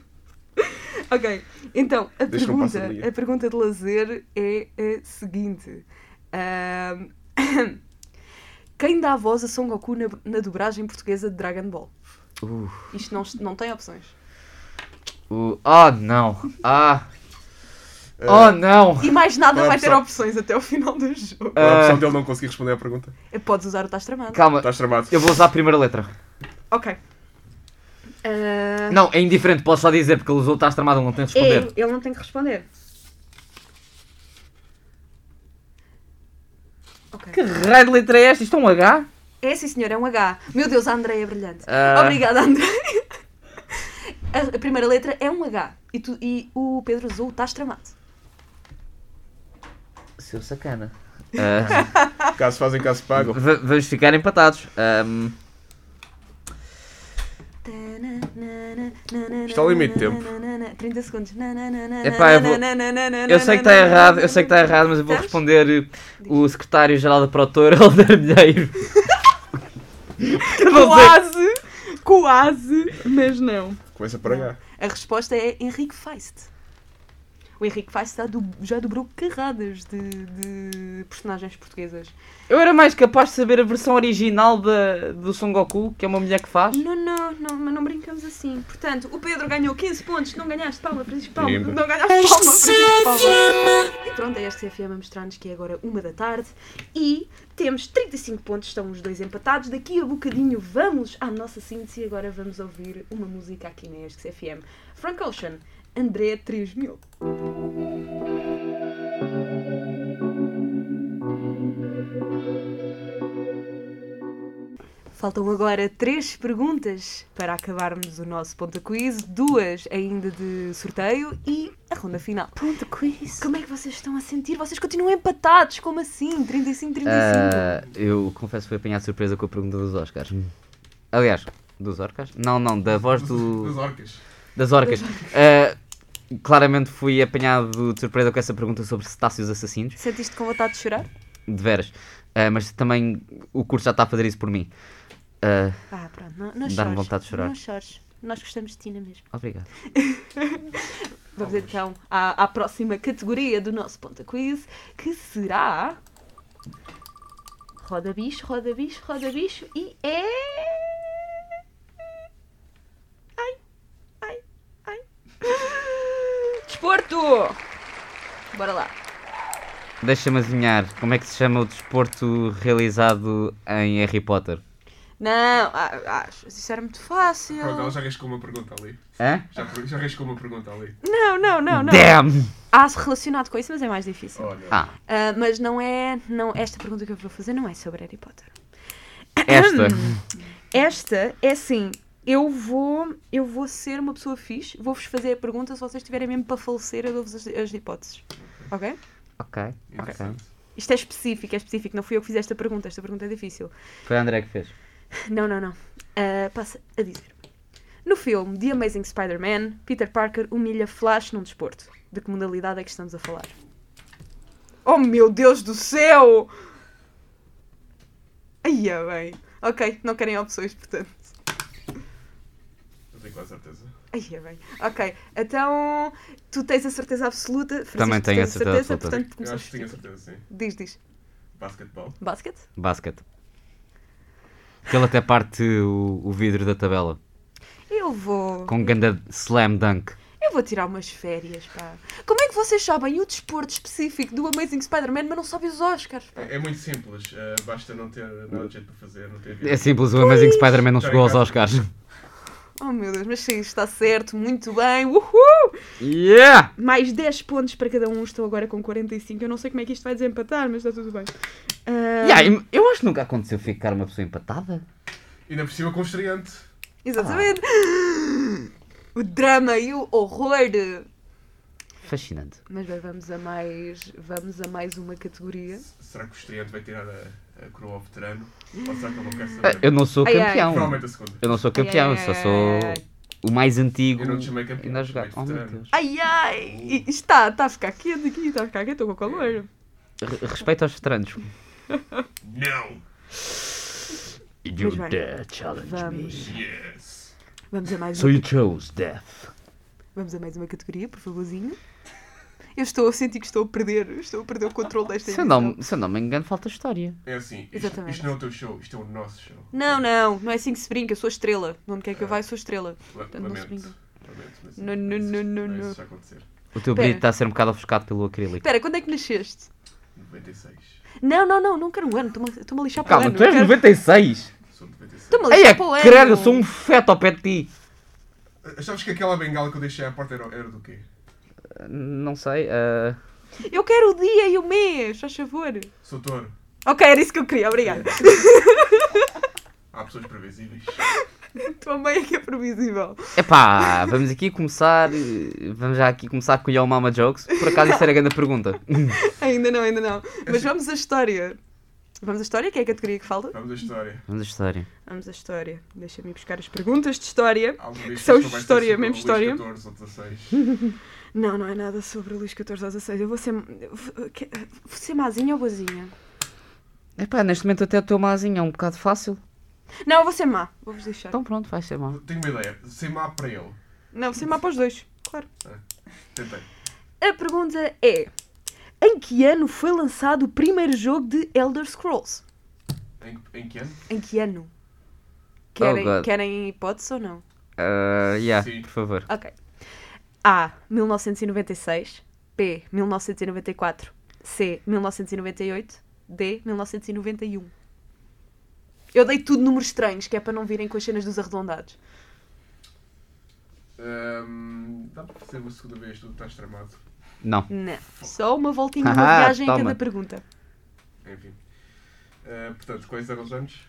[SPEAKER 3] Ok, então a
[SPEAKER 5] Deixa-me
[SPEAKER 3] pergunta,
[SPEAKER 5] passar ali.
[SPEAKER 3] a pergunta de lazer é a seguinte: Ahm, Quem dá a voz a Son Goku na, na dobragem portuguesa de Dragon Ball?
[SPEAKER 4] Uf,
[SPEAKER 3] Isto não, não tem opções.
[SPEAKER 4] o- oh não. Ah,
[SPEAKER 5] Eh,
[SPEAKER 4] oh não.
[SPEAKER 3] E mais nada
[SPEAKER 5] Qual é a
[SPEAKER 3] vai ter
[SPEAKER 5] opção?
[SPEAKER 3] opções até ao final do jogo. Eh,
[SPEAKER 5] qual é a opção
[SPEAKER 4] Ah.
[SPEAKER 5] dele não conseguir responder à pergunta.
[SPEAKER 3] Podes usar o Tás Tramado.
[SPEAKER 4] Calma,
[SPEAKER 5] Estás tramado.
[SPEAKER 4] eu Tá. vou usar a primeira letra.
[SPEAKER 3] Ok. Ah,
[SPEAKER 4] Não, é indiferente, posso só dizer porque ele usou o estás tramado, ele não tem de
[SPEAKER 3] é,
[SPEAKER 4] responder.
[SPEAKER 3] ele não tem que responder. Ok.
[SPEAKER 4] Que raio de letra é esta? Isto é um H?
[SPEAKER 3] É sim senhor, é um H. Meu Deus, a Andréia é brilhante.
[SPEAKER 4] Ah.
[SPEAKER 3] Obrigada, Andréia. A, a primeira letra é um H. E, tu- e o Pedro usou o estás tramado.
[SPEAKER 4] Seu sacana. Ah,
[SPEAKER 5] Caso fazem, caso pagam.
[SPEAKER 4] v- vamos ficar empatados. Ah, Ahm,
[SPEAKER 5] Está ao limite de tempo.
[SPEAKER 3] 30 segundos.
[SPEAKER 4] Epá, eu vou- eu sei que está errado, eu sei que está errado, mas eu vou
[SPEAKER 3] Sabes?
[SPEAKER 4] responder eh, o secretário-geral da Protora, Helder Milheiro. Eu não sei.
[SPEAKER 3] Quase, quase, mas não.
[SPEAKER 5] Começa por H.
[SPEAKER 3] A resposta é Henrique Feist. O Henrique Feist já, do, já dobrou carradas de, de personagens portuguesas.
[SPEAKER 4] Eu era mais capaz de saber a versão original da, do Son Goku, que é uma mulher que faz.
[SPEAKER 3] Não, não, não, mas não brincamos assim. Portanto, o Pedro ganhou 15 pontos, não ganhaste palma, Francisco Palma.
[SPEAKER 5] Pimba.
[SPEAKER 3] Não ganhaste palma, Francisco Palma. E pronto, é este CFM a mostrar-nos que é agora uma da tarde e temos 35 pontos, estão os dois empatados. Daqui a bocadinho vamos à nossa síntese e agora vamos ouvir uma música aqui na este CFM. Frank Ocean, André 3000. Faltam agora três perguntas para acabarmos o nosso ponta quiz, duas ainda de sorteio e a ronda final. Ponta quiz. Como é que vocês estão a sentir? Vocês continuam empatados, como assim? 35, 35.
[SPEAKER 4] Ah, eu confesso que fui apanhado de surpresa com a pergunta dos Oscars. Aliás, dos Orcas? Não, não, da voz
[SPEAKER 5] Das
[SPEAKER 4] do,
[SPEAKER 5] orcas.
[SPEAKER 4] das Orcas. Ah, claramente fui apanhado de surpresa com essa pergunta sobre cetáceos assassinos,
[SPEAKER 3] Sentiste com vontade de chorar?
[SPEAKER 4] de veras. Ah, mas também o curso já está a fazer isso por mim. Ah,
[SPEAKER 3] Ah, pronto, não, não chores.
[SPEAKER 4] Dá-me vontade de chorar.
[SPEAKER 3] Não chores. Nós gostamos de ti é na mesma.
[SPEAKER 4] obrigado.
[SPEAKER 3] Vamos então à, à próxima categoria do nosso Ponta Quiz, que será. Roda bicho, roda bicho, roda bicho e é. Ai, ai, ai. Desporto! Bora lá.
[SPEAKER 4] Deixa-me adivinhar como é que se chama o desporto realizado em Harry Potter.
[SPEAKER 3] Não, ah, acho. Isso era muito fácil.
[SPEAKER 5] Pronto, ela já arriscou uma pergunta ali.
[SPEAKER 4] Hã?
[SPEAKER 5] Já, já arriscou uma pergunta ali.
[SPEAKER 3] Não, não, não, não.
[SPEAKER 4] Damn!
[SPEAKER 3] Há relacionado com isso, mas é mais difícil.
[SPEAKER 5] Olha.
[SPEAKER 4] Ah,
[SPEAKER 3] Ah, mas não é. Não, esta pergunta que eu vou fazer não é sobre Harry Potter.
[SPEAKER 4] esta.
[SPEAKER 3] Esta é assim. Eu vou, eu vou ser uma pessoa fixe, vou-vos fazer a pergunta. Se vocês tiverem mesmo para falecer, eu dou-vos as, as hipóteses. Ok?
[SPEAKER 4] ok, ok.
[SPEAKER 5] interessante.
[SPEAKER 3] Isto é específico, é específico. Não fui eu que fiz esta pergunta, esta pergunta é difícil.
[SPEAKER 4] Foi a André que fez.
[SPEAKER 3] Não, não, não. Ah, passa a dizer. No filme The Amazing Spider-Man, Peter Parker humilha Flash num desporto. De que modalidade é que estamos a falar? Oh meu Deus do céu! Ai, é bem. Ok, não querem opções, portanto.
[SPEAKER 5] Eu tenho quase certeza.
[SPEAKER 3] Ai, é bem. Ok, então tu tens a certeza absoluta. Francisco,
[SPEAKER 4] Também
[SPEAKER 3] tu
[SPEAKER 4] tenho
[SPEAKER 3] tens
[SPEAKER 4] a certeza absoluta.
[SPEAKER 3] portanto
[SPEAKER 5] Eu acho
[SPEAKER 3] começamos
[SPEAKER 5] que tinha
[SPEAKER 3] por ti.
[SPEAKER 5] certeza, sim.
[SPEAKER 3] Diz, diz.
[SPEAKER 5] Basquetebol.
[SPEAKER 3] Basket?
[SPEAKER 4] Basket. Que ele até parte o, o vidro da tabela.
[SPEAKER 3] Eu vou.
[SPEAKER 4] Com um ganda slam dunk.
[SPEAKER 3] Eu vou tirar umas férias, pá. Como é que vocês sabem o desporto específico do Amazing Spider-Man, mas não sabem os Oscars, pá?
[SPEAKER 5] É, é muito simples. eh, basta não ter nada de jeito para fazer, não ter vida.
[SPEAKER 4] É simples, o Amazing Spider-Man não
[SPEAKER 5] Já
[SPEAKER 4] chegou aos
[SPEAKER 5] encaixo.
[SPEAKER 4] Oscars.
[SPEAKER 3] Oh meu Deus, mas sim, está certo, muito bem, uhul!
[SPEAKER 4] Yeah!
[SPEAKER 3] Mais 10 pontos para cada um, estou agora com 45. Eu não sei como é que isto vai desempatar, mas está tudo bem. Ah,
[SPEAKER 4] Yeah, eu- eu acho que nunca aconteceu ficar uma pessoa empatada.
[SPEAKER 5] Ainda por cima com o estreante.
[SPEAKER 3] Exatamente! O drama e o horror!
[SPEAKER 4] Fascinante.
[SPEAKER 3] Mas bem, vamos a mais. Vamos a mais uma categoria.
[SPEAKER 5] Será que o estreante vai tirar a, a coroa ao veterano? Ou será que ele não quer
[SPEAKER 4] Ah,
[SPEAKER 5] saber?
[SPEAKER 4] Eu não sou
[SPEAKER 3] Ai, ai.
[SPEAKER 4] campeão.
[SPEAKER 5] Provavelmente a segunda.
[SPEAKER 4] Eu não sou campeão, eu
[SPEAKER 3] ai,
[SPEAKER 4] só
[SPEAKER 3] ai,
[SPEAKER 4] sou
[SPEAKER 3] ai,
[SPEAKER 4] o mais antigo.
[SPEAKER 5] Eu não te chamei campeão,
[SPEAKER 4] ainda a
[SPEAKER 5] te
[SPEAKER 4] jogar.
[SPEAKER 5] chamei
[SPEAKER 4] Oh meu
[SPEAKER 5] veterano.
[SPEAKER 4] Deus.
[SPEAKER 3] Ai ai! I- Está, está a ficar quente aqui, está a ficar quente, estou com
[SPEAKER 4] É.
[SPEAKER 3] calor.
[SPEAKER 4] Re- Respeito aos veteranos.
[SPEAKER 5] Não!
[SPEAKER 4] You
[SPEAKER 3] bem,
[SPEAKER 4] dare challenge
[SPEAKER 3] Vamos,
[SPEAKER 5] Yes!
[SPEAKER 3] vamos a mais um,
[SPEAKER 4] So you chose death.
[SPEAKER 3] Vamos a mais uma categoria, por favorzinho. Eu estou a sentir que estou a perder, estou a perder o controle desta
[SPEAKER 4] Se eu,
[SPEAKER 3] edição.
[SPEAKER 4] não, um- se eu não me engano, falta história.
[SPEAKER 5] É assim, isto,
[SPEAKER 3] Exatamente.
[SPEAKER 5] isto não é o teu show, isto é o nosso show.
[SPEAKER 3] não, não, não é assim que se brinca, eu sou estrela. Onde
[SPEAKER 4] É.
[SPEAKER 3] quer que eu vá, eu sou estrela.
[SPEAKER 5] La-
[SPEAKER 3] Portanto, não se
[SPEAKER 5] Lamento.
[SPEAKER 3] brinca.
[SPEAKER 5] Lamento, mas
[SPEAKER 3] Não, não,
[SPEAKER 5] isso- é
[SPEAKER 3] não, não,
[SPEAKER 5] isso
[SPEAKER 3] não.
[SPEAKER 5] já acontecer.
[SPEAKER 4] O teu
[SPEAKER 3] Pera.
[SPEAKER 4] brilho está a ser um bocado ofuscado pelo acrílico.
[SPEAKER 3] Espera, quando é que nasceste?
[SPEAKER 5] 96.
[SPEAKER 3] Não, não, não, não quero um ano, estou-me a- estou-me a lixar para o
[SPEAKER 4] Calma,
[SPEAKER 3] ano.
[SPEAKER 4] tu és
[SPEAKER 3] não quero-
[SPEAKER 4] 96?
[SPEAKER 5] Sou de 96.
[SPEAKER 3] Estou-me a
[SPEAKER 4] Ei,
[SPEAKER 3] lixar
[SPEAKER 4] é
[SPEAKER 3] para o ano.
[SPEAKER 4] credo, eu sou um feto ao pé de ti.
[SPEAKER 5] Ah, Achavas que aquela bengala que eu deixei à porta era, era do quê?
[SPEAKER 4] Não sei. ah,
[SPEAKER 3] Eu quero o dia e o mês, faz favor.
[SPEAKER 5] Sou touro.
[SPEAKER 3] Ok, era isso que eu queria, obrigada.
[SPEAKER 4] É.
[SPEAKER 5] Há pessoas previsíveis.
[SPEAKER 3] Tua mãe é que é previsível.
[SPEAKER 4] Epá, vamos aqui começar. eh, Vamos já aqui começar com o Yo Mama Jokes. Por acaso isso era a grande pergunta.
[SPEAKER 3] Ainda não, ainda não. Mas vamos à história. Vamos à história, que é a categoria que falta?
[SPEAKER 5] Vamos à história.
[SPEAKER 4] Vamos a história.
[SPEAKER 3] Vamos à história. Deixa-me ir buscar as perguntas de história.
[SPEAKER 5] Alguma vez
[SPEAKER 3] Que são
[SPEAKER 5] foste com mais
[SPEAKER 3] história,
[SPEAKER 5] texto
[SPEAKER 3] mesmo
[SPEAKER 5] com
[SPEAKER 3] história.
[SPEAKER 5] Luís 14 ou 16.
[SPEAKER 3] Não, não é nada sobre o Luís 14 aos 16. Eu vou ser. eu vou- que- Vou ser mazinha ou boazinha?
[SPEAKER 4] Epá, neste momento até o teu mazinho é um bocado fácil.
[SPEAKER 3] Não, eu vou ser má. Vou-vos deixar.
[SPEAKER 4] Então pronto, vai ser mal.
[SPEAKER 5] Tenho uma ideia. Sem má para ele.
[SPEAKER 3] Não, vou ser má para os dois. Claro.
[SPEAKER 5] Tentei.
[SPEAKER 3] A pergunta é: Em que ano foi lançado o primeiro jogo de Elder Scrolls?
[SPEAKER 5] Em, em que ano?
[SPEAKER 3] Em que ano?
[SPEAKER 4] Oh,
[SPEAKER 3] Querem,
[SPEAKER 4] God.
[SPEAKER 3] querem hipótese ou não?
[SPEAKER 4] Ah, yeah,
[SPEAKER 5] Sim.
[SPEAKER 4] por favor.
[SPEAKER 3] Ok. A. 1996. B. 1994. C. 1998. D. 1991. Eu dei tudo números estranhos, que é para não virem com as cenas dos arredondados.
[SPEAKER 5] Ahm, dá para fazer uma segunda vez, tu estás tramado.
[SPEAKER 4] Não.
[SPEAKER 3] Não. Só uma voltinha, uma
[SPEAKER 4] Ah,
[SPEAKER 3] viagem a
[SPEAKER 4] toma.
[SPEAKER 3] cada pergunta.
[SPEAKER 5] Enfim. Ah, portanto, quais eram os anos?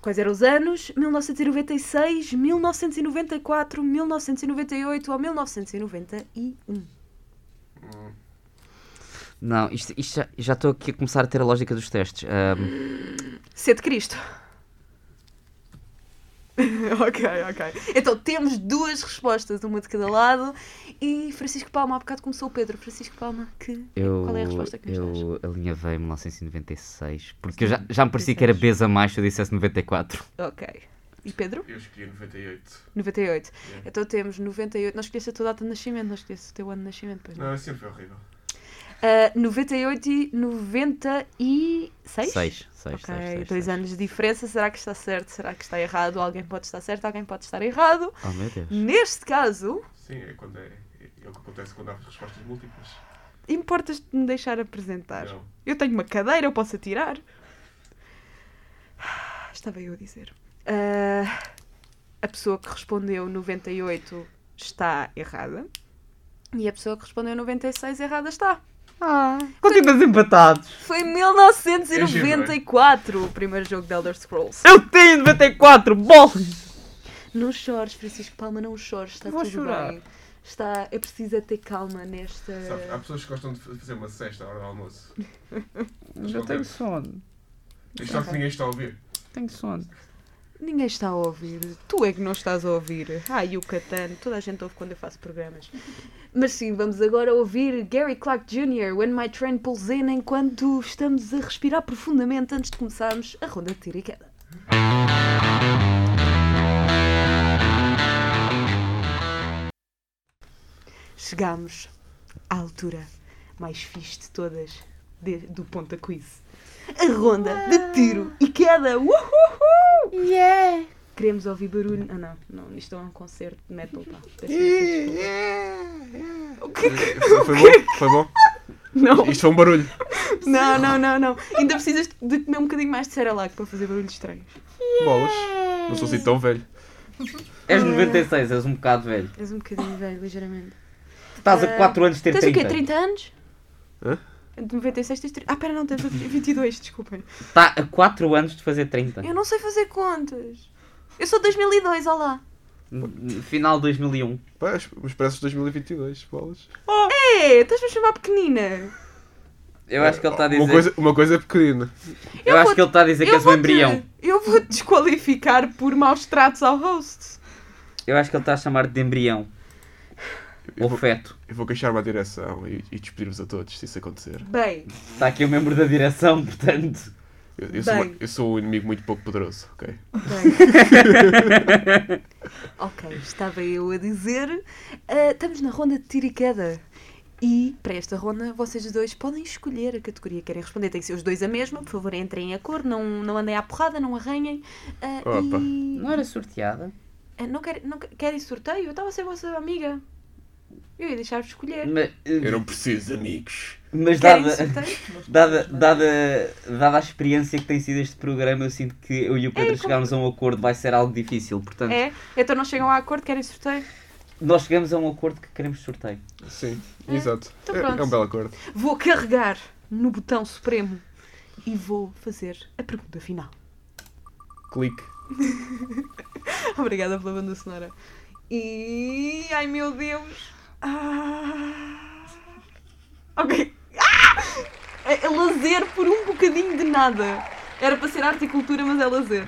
[SPEAKER 3] Quais eram os anos? 1996, 1994, 1998 ou 1991.
[SPEAKER 4] Não, isto, isto já- já estou aqui a começar a ter a lógica dos testes. Ehm, Ahm,
[SPEAKER 3] Sede Cristo. ok, ok. Então temos duas respostas, uma de cada lado. E Francisco Palma, há bocado começou o Pedro. Francisco Palma, que.
[SPEAKER 4] eu,
[SPEAKER 3] Qual é a resposta que nos dás?
[SPEAKER 4] eu alinhavei 1996, porque eu já, já me parecia que era vez a mais se eu dissesse 94.
[SPEAKER 3] Ok. E Pedro?
[SPEAKER 5] Eu escolhi 98.
[SPEAKER 3] 98.
[SPEAKER 5] Yeah.
[SPEAKER 3] Então temos 98. Não esqueça a tua data de nascimento, não esqueça o teu ano de nascimento. Pois não.
[SPEAKER 5] Não, sempre foi horrível.
[SPEAKER 3] Ah, 98 e 96?
[SPEAKER 4] 6, 6,
[SPEAKER 3] Ok, dois anos de diferença. Será que está certo? Será que está errado? Alguém pode estar certo, alguém pode estar errado.
[SPEAKER 4] Oh meu Deus.
[SPEAKER 3] Neste caso,
[SPEAKER 5] Sim, é, quando é, é o que acontece quando há respostas múltiplas.
[SPEAKER 3] importas de me deixar apresentar?
[SPEAKER 5] Não.
[SPEAKER 3] Eu tenho uma cadeira, eu posso atirar. Ah, Estava eu a dizer. Ah, a pessoa que respondeu 98 está errada. E a pessoa que respondeu 96 errada está.
[SPEAKER 4] Continuamos empatados.
[SPEAKER 3] Foi
[SPEAKER 6] É giro, não
[SPEAKER 3] 1994 o primeiro jogo de Elder Scrolls.
[SPEAKER 4] Eu tenho 94 bolas.
[SPEAKER 3] Não chores, Francisco Palma, não chores, está
[SPEAKER 4] Vou
[SPEAKER 3] tudo
[SPEAKER 4] chorar.
[SPEAKER 3] bem. Está, é preciso é ter calma nesta.
[SPEAKER 6] Sabes, há pessoas que gostam de fazer uma cesta à hora do almoço.
[SPEAKER 4] Eu tenho sono.
[SPEAKER 6] Isto só que ninguém está a ouvir.
[SPEAKER 4] Tenho sono.
[SPEAKER 3] Ninguém está a ouvir. Tu é que não estás a ouvir. Ah, e o Catano. Toda a gente ouve quando eu faço programas. Mas sim, vamos agora ouvir Gary Clark Jr. When My Train Pulls In enquanto estamos a respirar profundamente antes de começarmos a ronda de tiro e queda. Chegámos à altura mais fixe de todas de- do Ponta Quiz. A ronda de tiro e queda! Uhuhu! Queremos ouvir barulho. Ah, não, não, isto é um concerto de metal, pá. Peço imensa desculpa. O que é que-
[SPEAKER 5] Foi bom? Foi bom?
[SPEAKER 3] Não,
[SPEAKER 5] Isto foi um barulho.
[SPEAKER 3] não, não, não, não. Ainda precisas de comer um bocadinho mais de Cerelac para fazer barulhos estranhos.
[SPEAKER 5] Bolas. Não sou assim tão velho.
[SPEAKER 4] És 96, és um bocado velho.
[SPEAKER 3] És um bocadinho velho, ligeiramente.
[SPEAKER 4] Tu estás
[SPEAKER 3] Ah,
[SPEAKER 4] a 4 anos de ter
[SPEAKER 3] Tens
[SPEAKER 4] 30.
[SPEAKER 3] o quê? 30 anos?
[SPEAKER 5] Hã?
[SPEAKER 3] De 96 tens 30. Ah, pera, não, tens 22, desculpem.
[SPEAKER 4] Está Tá, a 4 anos de fazer 30.
[SPEAKER 3] Eu não sei fazer contas. Eu sou de 2002, olá.
[SPEAKER 4] Final 2001.
[SPEAKER 5] Pá, mas parece 2022, bolas.
[SPEAKER 3] É, estás-me a chamar pequenina.
[SPEAKER 4] Eu acho que ele está a dizer.
[SPEAKER 5] Uma coisa, uma coisa é pequenina.
[SPEAKER 4] Eu,
[SPEAKER 3] Eu
[SPEAKER 4] acho
[SPEAKER 3] vou-
[SPEAKER 4] que ele está a dizer que és um
[SPEAKER 3] vou-te-
[SPEAKER 4] embrião.
[SPEAKER 3] Eu vou te desqualificar por maus tratos ao host.
[SPEAKER 4] Eu acho que ele está a chamar de embrião.
[SPEAKER 5] Eu
[SPEAKER 4] Ou
[SPEAKER 5] vou,
[SPEAKER 4] feto.
[SPEAKER 5] eu vou queixar-me à direção e, e despedir-vos a todos se isso acontecer.
[SPEAKER 3] Bem,
[SPEAKER 4] Está Tá aqui o membro da direção, portanto.
[SPEAKER 5] Eu, eu sou, uma-
[SPEAKER 3] Bem.
[SPEAKER 5] eu sou um inimigo muito pouco poderoso, ok?
[SPEAKER 3] Bem. ok, estava eu a dizer. ah, estamos na ronda de tiro e queda. E para esta ronda, vocês dois podem escolher a categoria que querem responder. Tem que ser os dois a mesma, por favor, entrem em acordo, não, não andem à porrada, não arranhem. ah,
[SPEAKER 5] Opa.
[SPEAKER 3] e-
[SPEAKER 4] Não era sorteada?
[SPEAKER 3] Ah, não, quer- não quer- querem sorteio? Eu estava a ser vossa amiga. Eu ia deixar-vos escolher.
[SPEAKER 4] Mas, eh,
[SPEAKER 5] Eu não preciso de amigos.
[SPEAKER 4] mas
[SPEAKER 3] Querem
[SPEAKER 4] dada,
[SPEAKER 3] sorteio?
[SPEAKER 4] dada, dada, dada a experiência que tem sido este programa, eu sinto que eu e o Pedro
[SPEAKER 3] É, como-
[SPEAKER 4] chegarmos a um acordo vai ser algo difícil. Portanto,
[SPEAKER 3] É? Então não chegam a acordo, querem sorteio?
[SPEAKER 4] nós chegamos a um acordo que queremos sorteio.
[SPEAKER 5] Sim, exato.
[SPEAKER 3] então
[SPEAKER 5] É,
[SPEAKER 3] pronto.
[SPEAKER 5] é um belo acordo.
[SPEAKER 3] Vou carregar no botão supremo e vou fazer a pergunta final.
[SPEAKER 5] Clique.
[SPEAKER 3] Obrigada pela banda sonora. E. Ai meu Deus! Ah... Ok. Ah! É, é lazer por um bocadinho de nada. Era para ser arte e cultura, mas é lazer.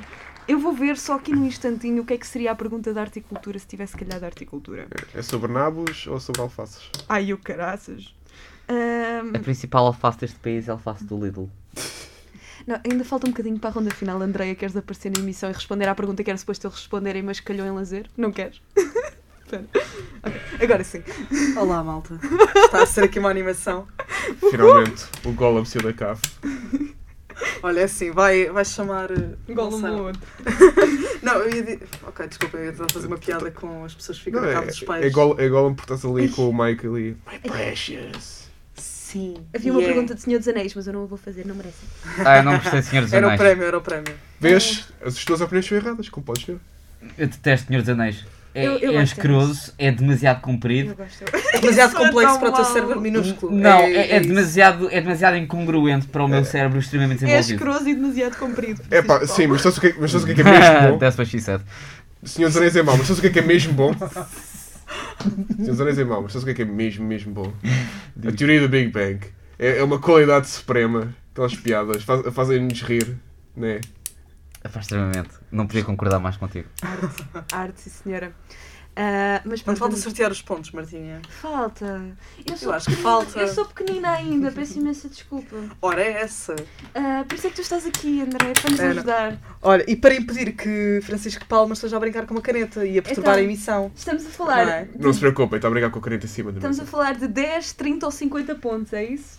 [SPEAKER 3] Eu vou ver só aqui num instantinho o que é que seria a pergunta da arte e cultura se tivesse calhado a arte e cultura.
[SPEAKER 5] É sobre nabos ou sobre alfaces?
[SPEAKER 3] Ai, o caraças. Ahm,
[SPEAKER 4] A principal alface deste país é a alface do Lidl.
[SPEAKER 3] Não, ainda falta um bocadinho para a ronda final. Andreia, queres aparecer na emissão e responder à pergunta que era suposto eles responderem, mas calhou em lazer? Não queres? Espera. Ok, Agora sim.
[SPEAKER 7] Olá, malta. Está a ser aqui uma animação.
[SPEAKER 5] Finalmente, o Golem saiu da cave.
[SPEAKER 7] Olha, é assim, vai, vai chamar. eh,
[SPEAKER 3] Gola
[SPEAKER 7] não,
[SPEAKER 3] um
[SPEAKER 7] sei.
[SPEAKER 3] ao outro.
[SPEAKER 7] não, eu ia dizer. Ok, desculpa, eu ia tentar fazer uma piada com as pessoas que ficam
[SPEAKER 5] Não,
[SPEAKER 7] na
[SPEAKER 5] é,
[SPEAKER 7] casa dos pais.
[SPEAKER 5] é, Golem, é Golem porque estás ali com o Mike ali. My precious.
[SPEAKER 7] Sim.
[SPEAKER 3] Havia uma
[SPEAKER 7] e é-
[SPEAKER 3] pergunta do Senhor dos Anéis, mas eu não a vou fazer, não merece.
[SPEAKER 4] Ah, eu não gostei de Senhor dos
[SPEAKER 7] Era o
[SPEAKER 4] Anéis.
[SPEAKER 7] prémio, era o prémio.
[SPEAKER 5] Vês? As tuas opiniões são erradas, como podes ver.
[SPEAKER 4] Eu detesto Senhor dos Anéis. É,
[SPEAKER 3] Eu- eu
[SPEAKER 4] é
[SPEAKER 3] gosto
[SPEAKER 4] escroso, é demasiado
[SPEAKER 3] Eu
[SPEAKER 4] comprido.
[SPEAKER 3] gosto.
[SPEAKER 7] É demasiado
[SPEAKER 3] Isso é
[SPEAKER 7] complexo
[SPEAKER 3] tão
[SPEAKER 7] para o teu
[SPEAKER 3] mau.
[SPEAKER 7] cérebro minúsculo.
[SPEAKER 4] Não, é, é
[SPEAKER 7] isso.
[SPEAKER 4] demasiado, é demasiado incongruente para o meu cérebro extremamente
[SPEAKER 3] É
[SPEAKER 4] desenvolvido.
[SPEAKER 3] escroso e demasiado comprido.
[SPEAKER 5] É pá, sim, mas sabes o que, é- mas sabes o que é, que é mesmo bom?
[SPEAKER 4] That's what she said.
[SPEAKER 5] Senhor dos Anéis é mau, mas sabes o que é que é mesmo bom? Senhor dos Anéis é mau, mas sabes o que é que é mesmo, mesmo bom? A teoria do Big Bang é, é uma qualidade suprema. Aquelas piadas faz- fazem-nos rir, né?
[SPEAKER 4] Pá, extremamente. Não podia concordar mais contigo.
[SPEAKER 3] Arte, sim, senhora. Ah, mas
[SPEAKER 7] Portanto,
[SPEAKER 3] pronto,
[SPEAKER 7] falta
[SPEAKER 3] falta.
[SPEAKER 7] sortear os pontos, Martinha.
[SPEAKER 3] Falta. Eu, sou
[SPEAKER 7] Eu acho que
[SPEAKER 3] pequenina-
[SPEAKER 7] falta.
[SPEAKER 3] Eu sou pequenina ainda, peço imensa desculpa.
[SPEAKER 7] Ora, é essa.
[SPEAKER 3] Ah, por isso é que tu estás aqui, André, para nos
[SPEAKER 7] É, não.
[SPEAKER 3] ajudar.
[SPEAKER 7] Olha, e para impedir que Francisco Palma esteja a brincar com uma caneta e a perturbar
[SPEAKER 3] Então.
[SPEAKER 7] a emissão.
[SPEAKER 3] Estamos a falar.
[SPEAKER 7] Não é?
[SPEAKER 5] Não se preocupem, está a brigar com a caneta em cima da
[SPEAKER 3] Estamos
[SPEAKER 5] mesa.
[SPEAKER 3] a falar de 10, 30 ou 50 pontos, é isso?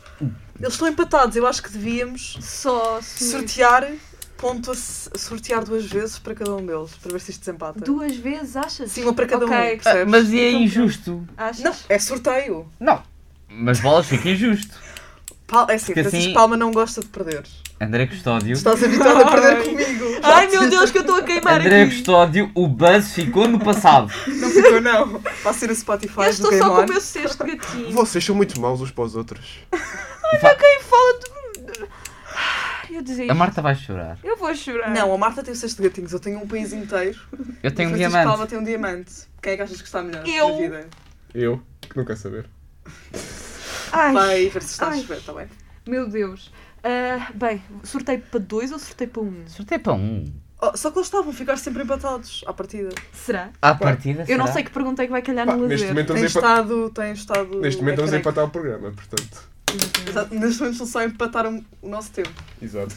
[SPEAKER 7] Eles estão empatados, eu acho que devíamos
[SPEAKER 3] Só se-
[SPEAKER 7] sortear ponto a se- sortear duas vezes para cada um deles, para ver se isto desempata.
[SPEAKER 3] duas vezes, achas?
[SPEAKER 7] Sim, uma para cada um,
[SPEAKER 3] Ok,
[SPEAKER 7] percebes?
[SPEAKER 4] mas é injusto.
[SPEAKER 3] achas?
[SPEAKER 7] Não, é sorteio.
[SPEAKER 4] Não. Mas bolas fica injusto.
[SPEAKER 7] Pal- é assim,
[SPEAKER 4] Porque
[SPEAKER 7] Francisco
[SPEAKER 4] assim-
[SPEAKER 7] Palma não gosta de perder.
[SPEAKER 4] André Custódio.
[SPEAKER 7] Estás habituado a perder
[SPEAKER 3] Ai.
[SPEAKER 7] comigo.
[SPEAKER 3] Ai meu Deus, que eu estou a queimar
[SPEAKER 4] André
[SPEAKER 3] aqui.
[SPEAKER 4] Custódio, o buzz ficou no passado.
[SPEAKER 7] Não ficou, não. Passa ir no Spotify.
[SPEAKER 3] Eu estou
[SPEAKER 7] do
[SPEAKER 3] só
[SPEAKER 7] Game
[SPEAKER 3] com
[SPEAKER 7] On.
[SPEAKER 3] o meu sexto gatinho.
[SPEAKER 5] Vocês são muito maus uns para os outros.
[SPEAKER 3] Quem fala de. Ai, Eu desisto.
[SPEAKER 4] A Marta vai chorar.
[SPEAKER 3] Eu vou chorar.
[SPEAKER 7] Não, a Marta tem os seis gatinhos, eu tenho um país inteiro.
[SPEAKER 4] Eu tenho
[SPEAKER 7] o
[SPEAKER 4] um
[SPEAKER 7] Francisco Palma
[SPEAKER 4] diamante.
[SPEAKER 7] tem um diamante. Quem é que achas que está melhor
[SPEAKER 3] Eu.
[SPEAKER 7] na vida?
[SPEAKER 5] Eu, que não quero saber.
[SPEAKER 3] Ai,
[SPEAKER 7] Vai ver se estás
[SPEAKER 3] Ai.
[SPEAKER 7] a ver, está bem?
[SPEAKER 3] meu Deus. Ah, bem, sorteio para dois ou sorteio para um?
[SPEAKER 4] Sorteio para um.
[SPEAKER 7] Oh, só que eles estavam a ficar sempre empatados à partida.
[SPEAKER 4] Então
[SPEAKER 3] Será?
[SPEAKER 4] À partida,
[SPEAKER 3] Eu não
[SPEAKER 4] Ah, será?
[SPEAKER 3] sei que pergunta é que vai calhar
[SPEAKER 5] Pá,
[SPEAKER 3] no lazer.
[SPEAKER 5] neste momento
[SPEAKER 7] Tem
[SPEAKER 5] estamos a empa-
[SPEAKER 7] estado, tem estado.
[SPEAKER 5] neste momento
[SPEAKER 7] é
[SPEAKER 5] estamos a
[SPEAKER 7] careca.
[SPEAKER 5] empatar o programa, portanto.
[SPEAKER 7] Exato, Neste momento eles só empataram o nosso tempo.
[SPEAKER 5] Exato.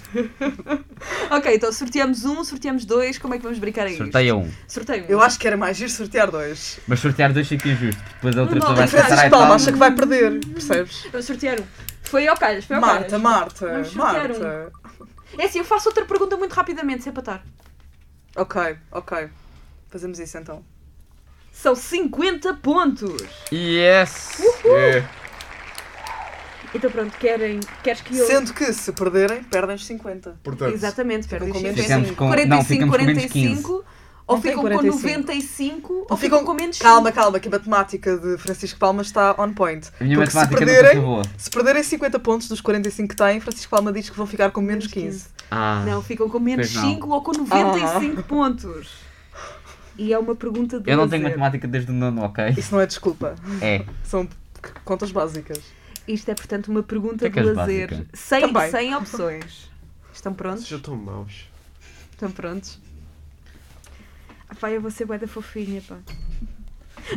[SPEAKER 3] Ok, então sorteamos um, sorteamos dois, como é que vamos brincar aí?
[SPEAKER 4] Sorteia um.
[SPEAKER 3] Sorteio um.
[SPEAKER 7] Eu acho que era mais giro sortear dois.
[SPEAKER 4] Mas sortear dois fica injusto, porque depois a outra
[SPEAKER 3] Não,
[SPEAKER 4] pessoa
[SPEAKER 3] não,
[SPEAKER 4] vai então.
[SPEAKER 3] Francisco
[SPEAKER 4] pensar, ai
[SPEAKER 7] Francisco
[SPEAKER 4] tal.
[SPEAKER 7] Palma acha que vai perder, percebes?
[SPEAKER 3] Vamos sortear um. Foi ao calhas, foi ao
[SPEAKER 7] Marta,
[SPEAKER 3] calhas.
[SPEAKER 7] Marta,
[SPEAKER 3] Vamos sortear
[SPEAKER 7] Marta.
[SPEAKER 3] É assim, eu faço outra pergunta muito rapidamente, sem patar.
[SPEAKER 7] Ok, ok. Fazemos isso então.
[SPEAKER 3] São 50 pontos!
[SPEAKER 4] Yes!
[SPEAKER 5] É.
[SPEAKER 3] Então pronto, querem, queres que eu...
[SPEAKER 7] Sendo que se perderem, perdem os 50.
[SPEAKER 5] Portanto,
[SPEAKER 3] Exatamente, perdem
[SPEAKER 7] Ficam com
[SPEAKER 3] 50.
[SPEAKER 4] Ficamos com, não,
[SPEAKER 3] 45,
[SPEAKER 4] ficamos com menos 15.
[SPEAKER 3] 45, ou
[SPEAKER 7] Não tem
[SPEAKER 3] ficam
[SPEAKER 7] 45.
[SPEAKER 3] com 95, ou
[SPEAKER 7] Então
[SPEAKER 3] ficam,
[SPEAKER 7] ficam-
[SPEAKER 3] com menos 5.
[SPEAKER 7] Calma, calma, que a matemática de Francisco Palma está on point.
[SPEAKER 4] A minha
[SPEAKER 7] Porque se
[SPEAKER 4] matemática é não
[SPEAKER 7] perderem,
[SPEAKER 4] acabou.
[SPEAKER 7] se perderem 50 pontos dos 45 que têm, Francisco Palma diz que vão ficar com menos 15.
[SPEAKER 4] Ah,
[SPEAKER 3] Não, ficam com menos
[SPEAKER 4] Pois não.
[SPEAKER 3] 5 ou
[SPEAKER 7] Ah.
[SPEAKER 3] com 95 pontos. E é uma pergunta de
[SPEAKER 4] eu não
[SPEAKER 3] lazer.
[SPEAKER 4] tenho matemática desde o nono, ok?
[SPEAKER 7] Isso não é desculpa.
[SPEAKER 4] É.
[SPEAKER 7] São c- contas básicas.
[SPEAKER 3] Isto é, portanto, uma pergunta
[SPEAKER 4] Tem que
[SPEAKER 3] de
[SPEAKER 4] as
[SPEAKER 3] lazer.
[SPEAKER 4] básicas.
[SPEAKER 3] Sem,
[SPEAKER 7] Também.
[SPEAKER 3] sem opções. Estão prontos?
[SPEAKER 5] vocês já estão maus.
[SPEAKER 3] Estão prontos? Ah, Pá, eu vou ser bué da fofinha, pá.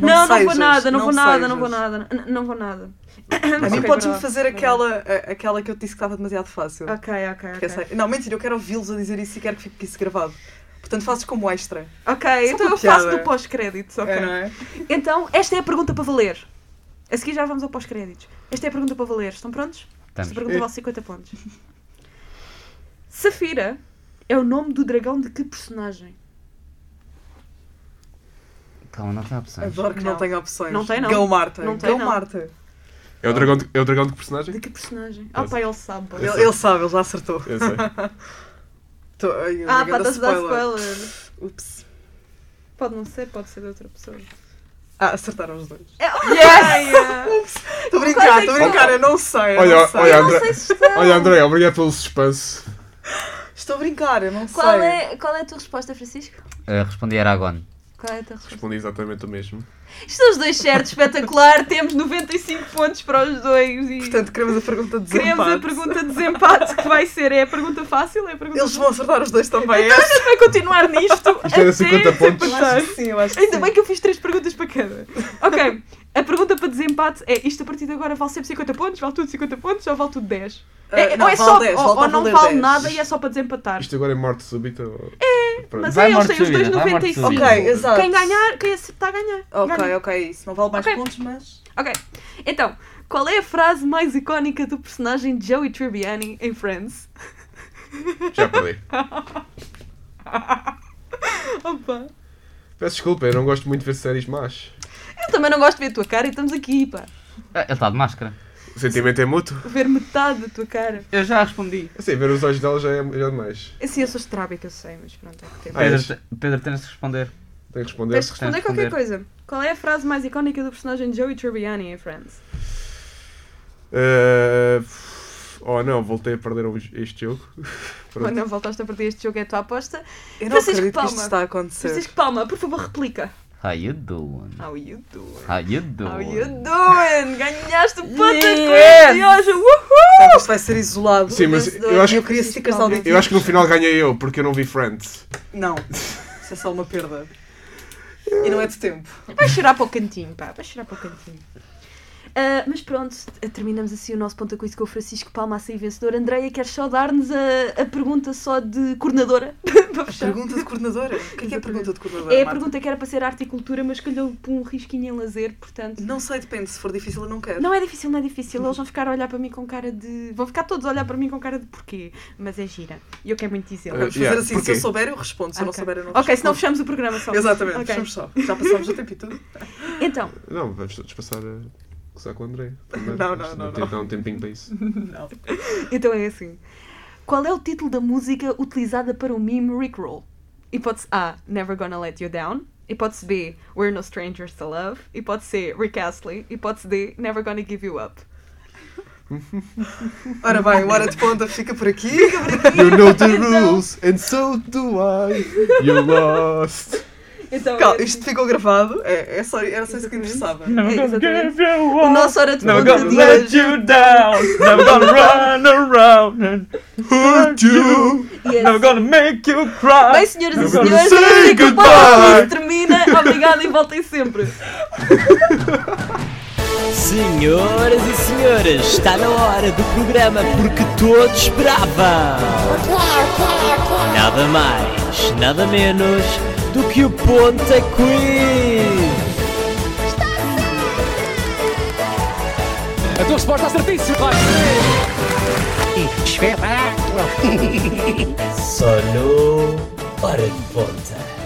[SPEAKER 7] Não
[SPEAKER 3] Não, não, vou
[SPEAKER 7] sejas,
[SPEAKER 3] nada, não,
[SPEAKER 7] não
[SPEAKER 3] vou nada, não vou
[SPEAKER 7] sejas.
[SPEAKER 3] nada, n- não vou nada.
[SPEAKER 7] A mim
[SPEAKER 3] Ok,
[SPEAKER 7] podes-me
[SPEAKER 3] pera lá,
[SPEAKER 7] fazer
[SPEAKER 3] pera lá.
[SPEAKER 7] aquela, a- aquela que eu te disse que estava demasiado fácil.
[SPEAKER 3] Ok, ok,
[SPEAKER 7] Porque
[SPEAKER 3] ok.
[SPEAKER 7] essa- Não, mentira, eu quero ouvi-los a dizer isso e quero que fique isso gravado. Portanto, fazes como extra.
[SPEAKER 3] Ok,
[SPEAKER 7] Só
[SPEAKER 3] então
[SPEAKER 7] uma
[SPEAKER 3] eu faço
[SPEAKER 7] piada.
[SPEAKER 3] do pós-créditos, ok?
[SPEAKER 7] É, não é?
[SPEAKER 3] Então, esta é a pergunta para valer. A seguir já vamos ao pós-créditos. Esta é a pergunta para valer. Estão prontos?
[SPEAKER 4] Estamos.
[SPEAKER 3] Esta
[SPEAKER 7] É.
[SPEAKER 3] pergunta vale 50 pontos. Safira é o nome do dragão de que personagem?
[SPEAKER 4] Calma, não tem opções.
[SPEAKER 7] Adoro que não,
[SPEAKER 3] Não.
[SPEAKER 7] tenha opções.
[SPEAKER 3] Não tem, não.
[SPEAKER 7] Go Marta.
[SPEAKER 3] Não tem,
[SPEAKER 7] Go
[SPEAKER 3] não.
[SPEAKER 7] Marta.
[SPEAKER 5] É o dragão de, é o dragão de que personagem?
[SPEAKER 3] De que personagem? Ah, pá, ele sabe. pá.
[SPEAKER 7] Ele, ele sabe, ele já acertou.
[SPEAKER 5] Eu sei.
[SPEAKER 7] Tô- ai, eu
[SPEAKER 3] Ah,
[SPEAKER 7] digo,
[SPEAKER 3] pá,
[SPEAKER 7] anda
[SPEAKER 3] está-se a dar spoiler.
[SPEAKER 7] Ups.
[SPEAKER 3] Pode não ser, pode ser de outra pessoa.
[SPEAKER 7] Ah, acertaram os dois.
[SPEAKER 3] É, oh, Yes!
[SPEAKER 7] Estou a brincar,
[SPEAKER 3] Quase é
[SPEAKER 7] estou a
[SPEAKER 3] que
[SPEAKER 7] brincar, eu não sei. Eu
[SPEAKER 5] Olha,
[SPEAKER 7] não sei.
[SPEAKER 5] olha,
[SPEAKER 3] não
[SPEAKER 5] André,
[SPEAKER 3] sei se está.
[SPEAKER 5] olha, André, obrigado pelo suspense.
[SPEAKER 7] Estou a brincar, eu não
[SPEAKER 3] Qual
[SPEAKER 7] sei.
[SPEAKER 3] é, qual é a tua resposta, Francisco?
[SPEAKER 4] Ah, respondi Aragon.
[SPEAKER 3] Qual é a tua resposta?
[SPEAKER 5] Respondi exatamente o mesmo.
[SPEAKER 3] Estão os dois certos, espetacular. Temos 95 pontos para os dois e
[SPEAKER 7] Portanto, queremos a pergunta de desempate.
[SPEAKER 3] queremos a pergunta de desempate que vai ser. É a pergunta fácil? É a pergunta
[SPEAKER 7] Eles vão acertar os dois também. é?
[SPEAKER 3] fácil. vai continuar nisto.
[SPEAKER 5] Isto era
[SPEAKER 3] até
[SPEAKER 5] 50 pontos.
[SPEAKER 7] Eu acho
[SPEAKER 3] desempatar.
[SPEAKER 7] que sim, eu acho que
[SPEAKER 3] Ainda
[SPEAKER 7] sim.
[SPEAKER 3] bem que eu fiz três perguntas para cada. Ok, a pergunta para desempate é: isto a partir de agora vale sempre 50 pontos? Vale tudo 50 pontos ou vale tudo 10?
[SPEAKER 7] Ah,
[SPEAKER 3] É-
[SPEAKER 7] não,
[SPEAKER 3] ou é
[SPEAKER 7] vale
[SPEAKER 3] só,
[SPEAKER 7] 10,
[SPEAKER 3] ou,
[SPEAKER 7] volta a
[SPEAKER 3] ou não
[SPEAKER 7] valer
[SPEAKER 3] vale
[SPEAKER 7] 10.
[SPEAKER 3] nada e é só para desempatar.
[SPEAKER 5] Isto agora é morte súbita? É,
[SPEAKER 3] Mas
[SPEAKER 4] Vai
[SPEAKER 3] aí eles
[SPEAKER 4] morte
[SPEAKER 3] têm os dois
[SPEAKER 4] súbita, vai morte
[SPEAKER 3] 95.
[SPEAKER 4] súbita.
[SPEAKER 7] Ok, exato.
[SPEAKER 3] Quem ganhar, quem acertar, ganha.
[SPEAKER 7] Ok,
[SPEAKER 3] Ganha.
[SPEAKER 7] ok, é isso não vale mais
[SPEAKER 3] Ok.
[SPEAKER 7] pontos, mas.
[SPEAKER 3] Ok. Então, qual é a frase mais icónica do personagem Joey Tribbiani em Friends?
[SPEAKER 5] Já perdi.
[SPEAKER 3] Opa.
[SPEAKER 5] Peço desculpa, eu não gosto muito de ver séries más.
[SPEAKER 3] Eu também não gosto de ver a tua cara e estamos aqui, pá.
[SPEAKER 4] Ah, ele está de máscara.
[SPEAKER 5] O sentimento é mútuo.
[SPEAKER 3] Ver metade da tua cara.
[SPEAKER 4] Eu já respondi.
[SPEAKER 5] Assim, ver os olhos dela já é já é demais.
[SPEAKER 3] Assim, eu sou estrábica, eu sei, mas pronto, é o que temos.
[SPEAKER 5] Ah,
[SPEAKER 4] Pedro,
[SPEAKER 5] és?
[SPEAKER 4] te- Pedro tens de responder.
[SPEAKER 5] Tenho que responder.
[SPEAKER 3] Tens de responder
[SPEAKER 4] tens de
[SPEAKER 3] qualquer coisa. Qual é a frase mais icónica do personagem Joey Tribbiani em Friends?
[SPEAKER 5] Eh, oh não, voltei a perder um- este jogo. Pronto.
[SPEAKER 3] Quando não voltaste a perder este jogo é a tua aposta.
[SPEAKER 7] Eu não
[SPEAKER 3] Francisco
[SPEAKER 7] acredito que isto
[SPEAKER 3] Palma.
[SPEAKER 7] está a acontecer.
[SPEAKER 3] Francisco Palma, por favor, replica.
[SPEAKER 4] How you doing?
[SPEAKER 3] How you doing?
[SPEAKER 4] How you doing?
[SPEAKER 3] How you doing? Ganhaste o ponto
[SPEAKER 4] Yes!
[SPEAKER 3] de hoje! Uhul!
[SPEAKER 7] Portanto, isto vai ser isolado.
[SPEAKER 5] Sim, mas eu acho,
[SPEAKER 7] Eu queria stickers de alguém.
[SPEAKER 5] eu acho que no final ganhei eu, porque eu não vi Friends.
[SPEAKER 7] Não, isso é só uma perda. E não é de tempo.
[SPEAKER 3] Vai chorar para o cantinho, pá, vai chorar para o cantinho. Ah, mas pronto, terminamos assim o nosso ponto a coisa com o Francisco Palma a sair vencedor. Andreia, queres só dar-nos a, a pergunta só de coordenadora? Para fechar?
[SPEAKER 7] Pergunta de coordenadora? O que é, que é pergunta de coordenadora?
[SPEAKER 3] É a
[SPEAKER 7] Marta?
[SPEAKER 3] pergunta que era para ser arte e cultura, mas calhou por um risquinho em lazer, portanto.
[SPEAKER 7] Não sei, depende. Se for difícil, eu não quero.
[SPEAKER 3] Não é difícil, não é difícil. Eles vão ficar a olhar para mim com cara de. Vão ficar todos a olhar para mim com cara de porquê. Mas é gira. E eu quero muito dizer.
[SPEAKER 5] Eh,
[SPEAKER 7] Vamos fazer
[SPEAKER 5] yeah,
[SPEAKER 7] assim.
[SPEAKER 5] porquê?
[SPEAKER 7] Se eu souber, eu respondo. Se eu não
[SPEAKER 3] Ok.
[SPEAKER 7] souber, eu não
[SPEAKER 3] Ok, senão
[SPEAKER 7] respondo.
[SPEAKER 3] fechamos o programa só.
[SPEAKER 7] Exatamente,
[SPEAKER 3] Ok.
[SPEAKER 7] fechamos só. Já passámos o tempo e tudo.
[SPEAKER 3] Então,
[SPEAKER 5] Não, vamos todos passar. a- Começar com o André. primeiro.
[SPEAKER 7] Não, não,
[SPEAKER 5] Isto
[SPEAKER 7] não,
[SPEAKER 5] Tem
[SPEAKER 7] não.
[SPEAKER 5] que dar um tempinho para isso.
[SPEAKER 7] Não.
[SPEAKER 3] Então é assim. Qual é o título da música utilizada para o meme Rickroll? Hipótese A, Never Gonna Let You Down. Hipótese B, We're No Strangers to Love. Hipótese C, Rick Astley. Hipótese D, Never Gonna Give You Up.
[SPEAKER 7] Ora bem, o Hora de Ponta fica por aqui.
[SPEAKER 5] You know the rules, and so do I. You lost.
[SPEAKER 3] Então,
[SPEAKER 7] Calma, isto ficou gravado. É, é só, era só isso que interessava.
[SPEAKER 3] o nosso hora de
[SPEAKER 5] Never
[SPEAKER 3] ponta
[SPEAKER 5] gonna
[SPEAKER 3] de
[SPEAKER 5] let
[SPEAKER 3] hoje.
[SPEAKER 8] down. Never gonna run around and
[SPEAKER 5] Hurt you.
[SPEAKER 3] Yes.
[SPEAKER 8] gonna make you cry.
[SPEAKER 3] Bem, senhoras e
[SPEAKER 5] Never gonna
[SPEAKER 3] senhores,
[SPEAKER 5] say
[SPEAKER 3] assim que o
[SPEAKER 5] goodbye.
[SPEAKER 3] podcast termina. Obrigada e voltem sempre.
[SPEAKER 1] Senhoras e senhores, está na hora do programa porque todos esperavam. Nada mais, nada menos do que o Ponta Quiz.
[SPEAKER 2] A tua resposta está certíssima. Vai.
[SPEAKER 1] Só no Hora de Ponta.